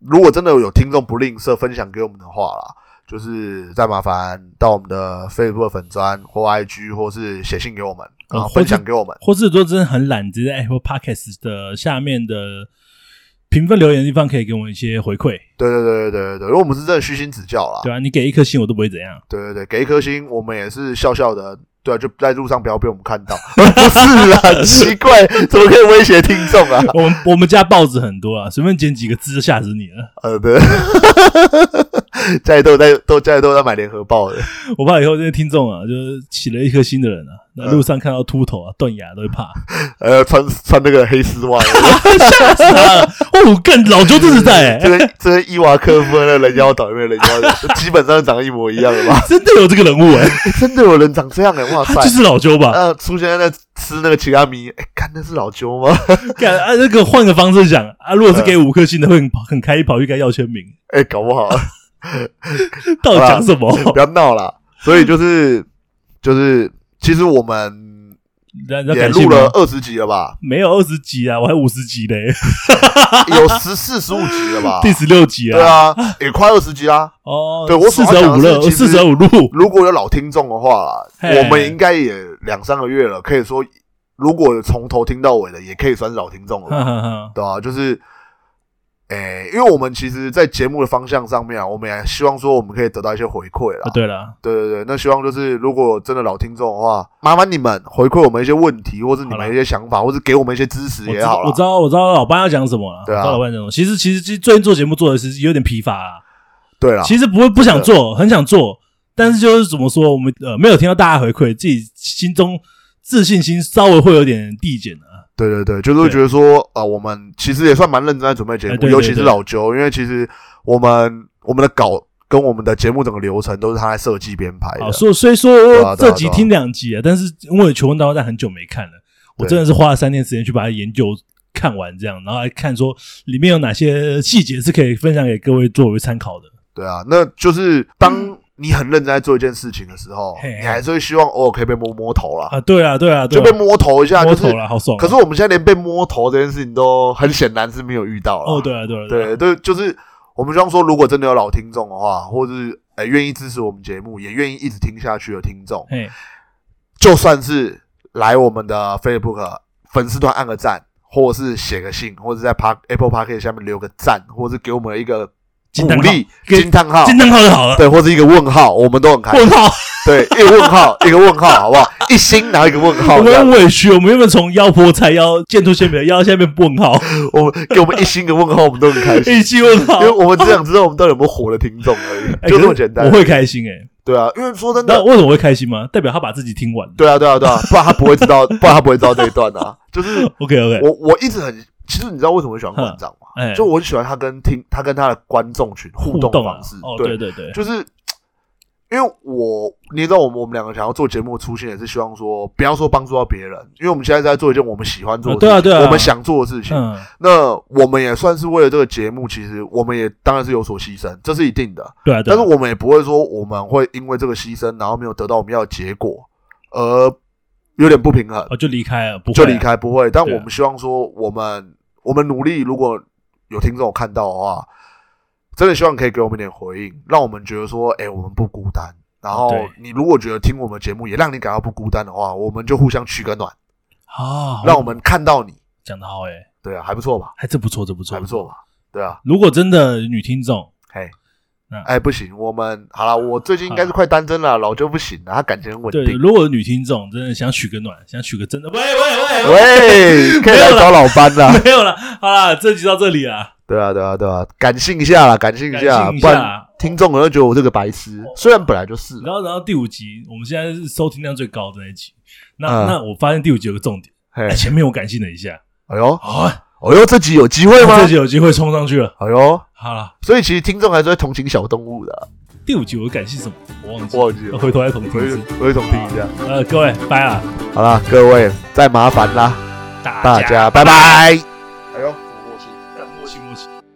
Speaker 2: 如果真的有听众不吝啬分享给我们的话啦，就是再麻烦到我们的 Facebook 粉砖或 IG，或是写信给我们，
Speaker 1: 哦
Speaker 2: 然后
Speaker 1: 或
Speaker 2: 分
Speaker 1: 是
Speaker 2: 享给我们。
Speaker 1: 或是说真的很懒，直接在 Apple Podcast 的下面的评分留言的地方可以给我们一些回馈，
Speaker 2: 对对对对对对，因为我们是真的虚心指教啦。
Speaker 1: 对啊，你给一颗星我都不会怎样，
Speaker 2: 对对对，给一颗星，我们也是笑笑的。对啊，就在路上不要被我
Speaker 1: (laughs)
Speaker 2: 们看到。不是啦，奇怪，怎么可以威胁听众啊？
Speaker 1: 我们我们家报纸很多啊，随便捡几个字就吓死你
Speaker 2: (laughs)
Speaker 1: 了，
Speaker 2: 呃，对，家里都有在都家里都有在买联合报的。
Speaker 1: 我怕以后这些听众啊，就是起了一颗星的人啊，那路上看到秃头啊、断牙都会怕，
Speaker 2: 呃，穿穿那个黑丝
Speaker 1: (laughs)
Speaker 2: 袜，
Speaker 1: 吓死他了，哦，更老旧这时代、
Speaker 2: 这
Speaker 1: 欸，
Speaker 2: 跟这跟伊娃科夫那人妖岛里面的人 (laughs) 妖，基本上长得一模一样的
Speaker 1: (laughs)
Speaker 2: 吧？
Speaker 1: 真的有这个人物哎、
Speaker 2: 欸真的有人长这样哎、哇
Speaker 1: 他就
Speaker 2: 塞！
Speaker 1: 是老旧吧？
Speaker 2: 呃，出现在那吃那个奇拉米，哎、看那是老鸠吗？
Speaker 1: 干啊，那个换个方式想啊，如果是给五颗星的，会很很开心跑去跟他要签名，
Speaker 2: 哎、搞
Speaker 1: (laughs)
Speaker 2: 不好。
Speaker 1: 到底讲什么？(laughs)
Speaker 2: 不要闹啦。所以就是就是，其实我们
Speaker 1: 人家
Speaker 2: 也
Speaker 1: 感谢
Speaker 2: 录
Speaker 1: 吗，
Speaker 2: 了二十集了吧
Speaker 1: 没有二十集啊，我还五十集嘞，。
Speaker 2: 有十四十五集了
Speaker 1: 啊
Speaker 2: 吧
Speaker 1: 第十六集
Speaker 2: 对
Speaker 1: 啊，
Speaker 2: 啊，也快二十集啦。
Speaker 1: 哦，
Speaker 2: 对我
Speaker 1: 四
Speaker 2: 所
Speaker 1: 舍五
Speaker 2: 要讲
Speaker 1: 入，
Speaker 2: 的是
Speaker 1: 四
Speaker 2: 其实
Speaker 1: 舍
Speaker 2: (laughs)
Speaker 1: 五入，
Speaker 2: 如果有老听众的话啦，
Speaker 1: 嘿
Speaker 2: 我们应该也两三个月了，可以说如果从头听到尾的，也可以算是老听众了
Speaker 1: 哈
Speaker 2: 吧，
Speaker 1: 哈哈，
Speaker 2: 对啊，就是，诶、因为我们其实，在节目的方向上面啊，我们也希望说我们可以得到一些回馈啦。
Speaker 1: 啊，对了，
Speaker 2: 对对对，那希望就是如果真的老听众的话，麻烦你们回馈我们一些问题，或者你
Speaker 1: 好啦
Speaker 2: 们一些想法，或者给我们一些支持
Speaker 1: 我知
Speaker 2: 也好
Speaker 1: 道
Speaker 2: 啦。
Speaker 1: 我知道我知道老班要讲什么了，
Speaker 2: 对啊
Speaker 1: 我知道老班要讲什么。其实其实其实最近做节目做的是有点疲乏啦，
Speaker 2: 啊对啦，
Speaker 1: 其实不会不想做，很想做，但是就是怎么说，我们呃没有听到大家回馈，自己心中自信心稍微会有点递减啊。
Speaker 2: 对对对，就是会觉得说啊、我们其实也算蛮认真在准备节目，
Speaker 1: 哎对对
Speaker 2: 尤其是
Speaker 1: 对
Speaker 2: 老九，因为其实我们我们的稿跟我们的节目整个流程都是他在设计编排的。
Speaker 1: 好，所虽
Speaker 2: 对
Speaker 1: 说
Speaker 2: 啊对
Speaker 1: 这
Speaker 2: 啊
Speaker 1: 集听两集啊，但是因为《求婚大作战》很久没看了，我
Speaker 2: 对
Speaker 1: 真的是花了三天时间去把它研究看完，这样，然后还看说里面有哪些细节是可以分享给各位作为参考的。
Speaker 2: 对啊，那就是当你很认真在做一件事情的时候，
Speaker 1: 嗯嘿嘿
Speaker 2: 你还是会希望偶尔可以被摸摸头啦，
Speaker 1: 啊，对啊，对啊，对
Speaker 2: 就
Speaker 1: 啊，
Speaker 2: 被摸头一下，
Speaker 1: 摸
Speaker 2: 就是
Speaker 1: 头了，好爽啊。
Speaker 2: 可是我们现在连被摸头这件事情都很显然是没有遇到了。
Speaker 1: 哦，对啊，对啊，啊
Speaker 2: 对对，就是我们希望说，如果真的有老听众的话，或者是呃愿意支持我们节目，也愿意一直听下去的听众，
Speaker 1: 嘿，
Speaker 2: 就算是来我们的 Facebook 粉丝团按个赞，或者是写个信，或者在 Park Apple Park 下面留个赞，或者是给我们一个
Speaker 1: 惊
Speaker 2: 鼓
Speaker 1: 叹号
Speaker 2: 励
Speaker 1: 给
Speaker 2: 惊叹号，
Speaker 1: 金灯号就好了。
Speaker 2: 对，或者一个问号，我们都很开心
Speaker 1: 我。靠，
Speaker 2: 对，一个问号，一个问号，好不好？一星，然后一个问
Speaker 1: (laughs)
Speaker 2: 号，
Speaker 1: 我
Speaker 2: 这
Speaker 1: 们
Speaker 2: 样
Speaker 1: 很委屈，我们原本从妖婆菜妖剑出仙别妖，现在变问
Speaker 2: (laughs)
Speaker 1: 号，
Speaker 2: 我们给我们一星一个问号，我们都很开心。
Speaker 1: 一起问号
Speaker 2: 因为。我们只想知道我们到底有没有活的听众而
Speaker 1: 哎
Speaker 2: 已，就这么简
Speaker 1: 可
Speaker 2: 单。
Speaker 1: 是我会开心哎、
Speaker 2: 对啊，因为说真
Speaker 1: 那
Speaker 2: 的，
Speaker 1: 为什么会开心吗？代表他把自己听完了。
Speaker 2: 对啊，对啊，对啊，不然他不会知道，不然他不会知道这一段啊。就是
Speaker 1: 对，OK OK，
Speaker 2: 我我一直很，其实你知道为什么我喜欢馆长吗？
Speaker 1: 哎，
Speaker 2: 就我很喜欢他跟听他跟他的观众群互
Speaker 1: 互
Speaker 2: 动
Speaker 1: 动啊
Speaker 2: 方式，
Speaker 1: 哦，对
Speaker 2: 对，
Speaker 1: 对对，
Speaker 2: 就是。因为我，你也知道，我们我们两个想要做节目的初心，也是希望说，不要说帮助到别人，因为我们现在在做一件我们喜欢做的事情，
Speaker 1: 啊对啊对啊
Speaker 2: 我们想做的事情。
Speaker 1: 嗯，
Speaker 2: 那我们也算是为了这个节目，其实我们也当然是有所牺牲，这是一定的。
Speaker 1: 对啊，对
Speaker 2: 但
Speaker 1: 啊
Speaker 2: 是我们也不会说我们会因为这个牺牲，然后没有得到我们要的结果，而有点不平衡，
Speaker 1: 哦就离开了，不会
Speaker 2: 就
Speaker 1: 啊
Speaker 2: 离，开不会。但
Speaker 1: 对啊
Speaker 2: 我们希望说，我们我们努力，如果有听众有看到的话，真的希望可以给我们一点回应，让我们觉得说，哎、我们不孤单。然后
Speaker 1: 对
Speaker 2: 你如果觉得听我们节目也让你感到不孤单的话，我们就互相取个暖，
Speaker 1: 啊，
Speaker 2: 让我们看到你。
Speaker 1: 讲的好哎，
Speaker 2: 对啊，还不错吧？
Speaker 1: 还真不错，这不错，
Speaker 2: 还不错。吧？对啊，
Speaker 1: 如果真的女听众，
Speaker 2: 嘿
Speaker 1: 嗯。
Speaker 2: 哎，不行，我们好了，我最近应该是快单身了，老就不行了，他感情很稳
Speaker 1: 对，
Speaker 2: 定。
Speaker 1: 如果女听众真的想取个暖，想取个真的，喂喂喂， (laughs)
Speaker 2: 喂，可以来找老班啦。
Speaker 1: 没有了，好啦，这集到这里啦，
Speaker 2: 对啊，对啊，对啊，感性一下啦，感性一下，
Speaker 1: 感性一
Speaker 2: 不
Speaker 1: 下
Speaker 2: 然听众可能会觉得我这个白痴。虽然本来就是，
Speaker 1: 然后，然后第五集，我们现在是收听量最高的那一集。那、
Speaker 2: 嗯
Speaker 1: 那我发现第五集有个重点，
Speaker 2: 嘿
Speaker 1: 哎，，前面我感性了一下，
Speaker 2: 哎呦，
Speaker 1: 啊、
Speaker 2: 哎呦，这集有机会吗？
Speaker 1: 这集有机会冲上去了。
Speaker 2: 哎呦，
Speaker 1: 好了，
Speaker 2: 所以其实听众还是会同情小动物的，
Speaker 1: 第五集我感性什么？我忘记了，
Speaker 2: 我忘记了，
Speaker 1: 回头再重
Speaker 2: 我
Speaker 1: 听一
Speaker 2: 会
Speaker 1: 次。
Speaker 2: 我会重听一下。
Speaker 1: 呃，各位，拜了，
Speaker 2: 好啦，各位再麻烦啦，
Speaker 1: 大
Speaker 2: 大家拜拜。哎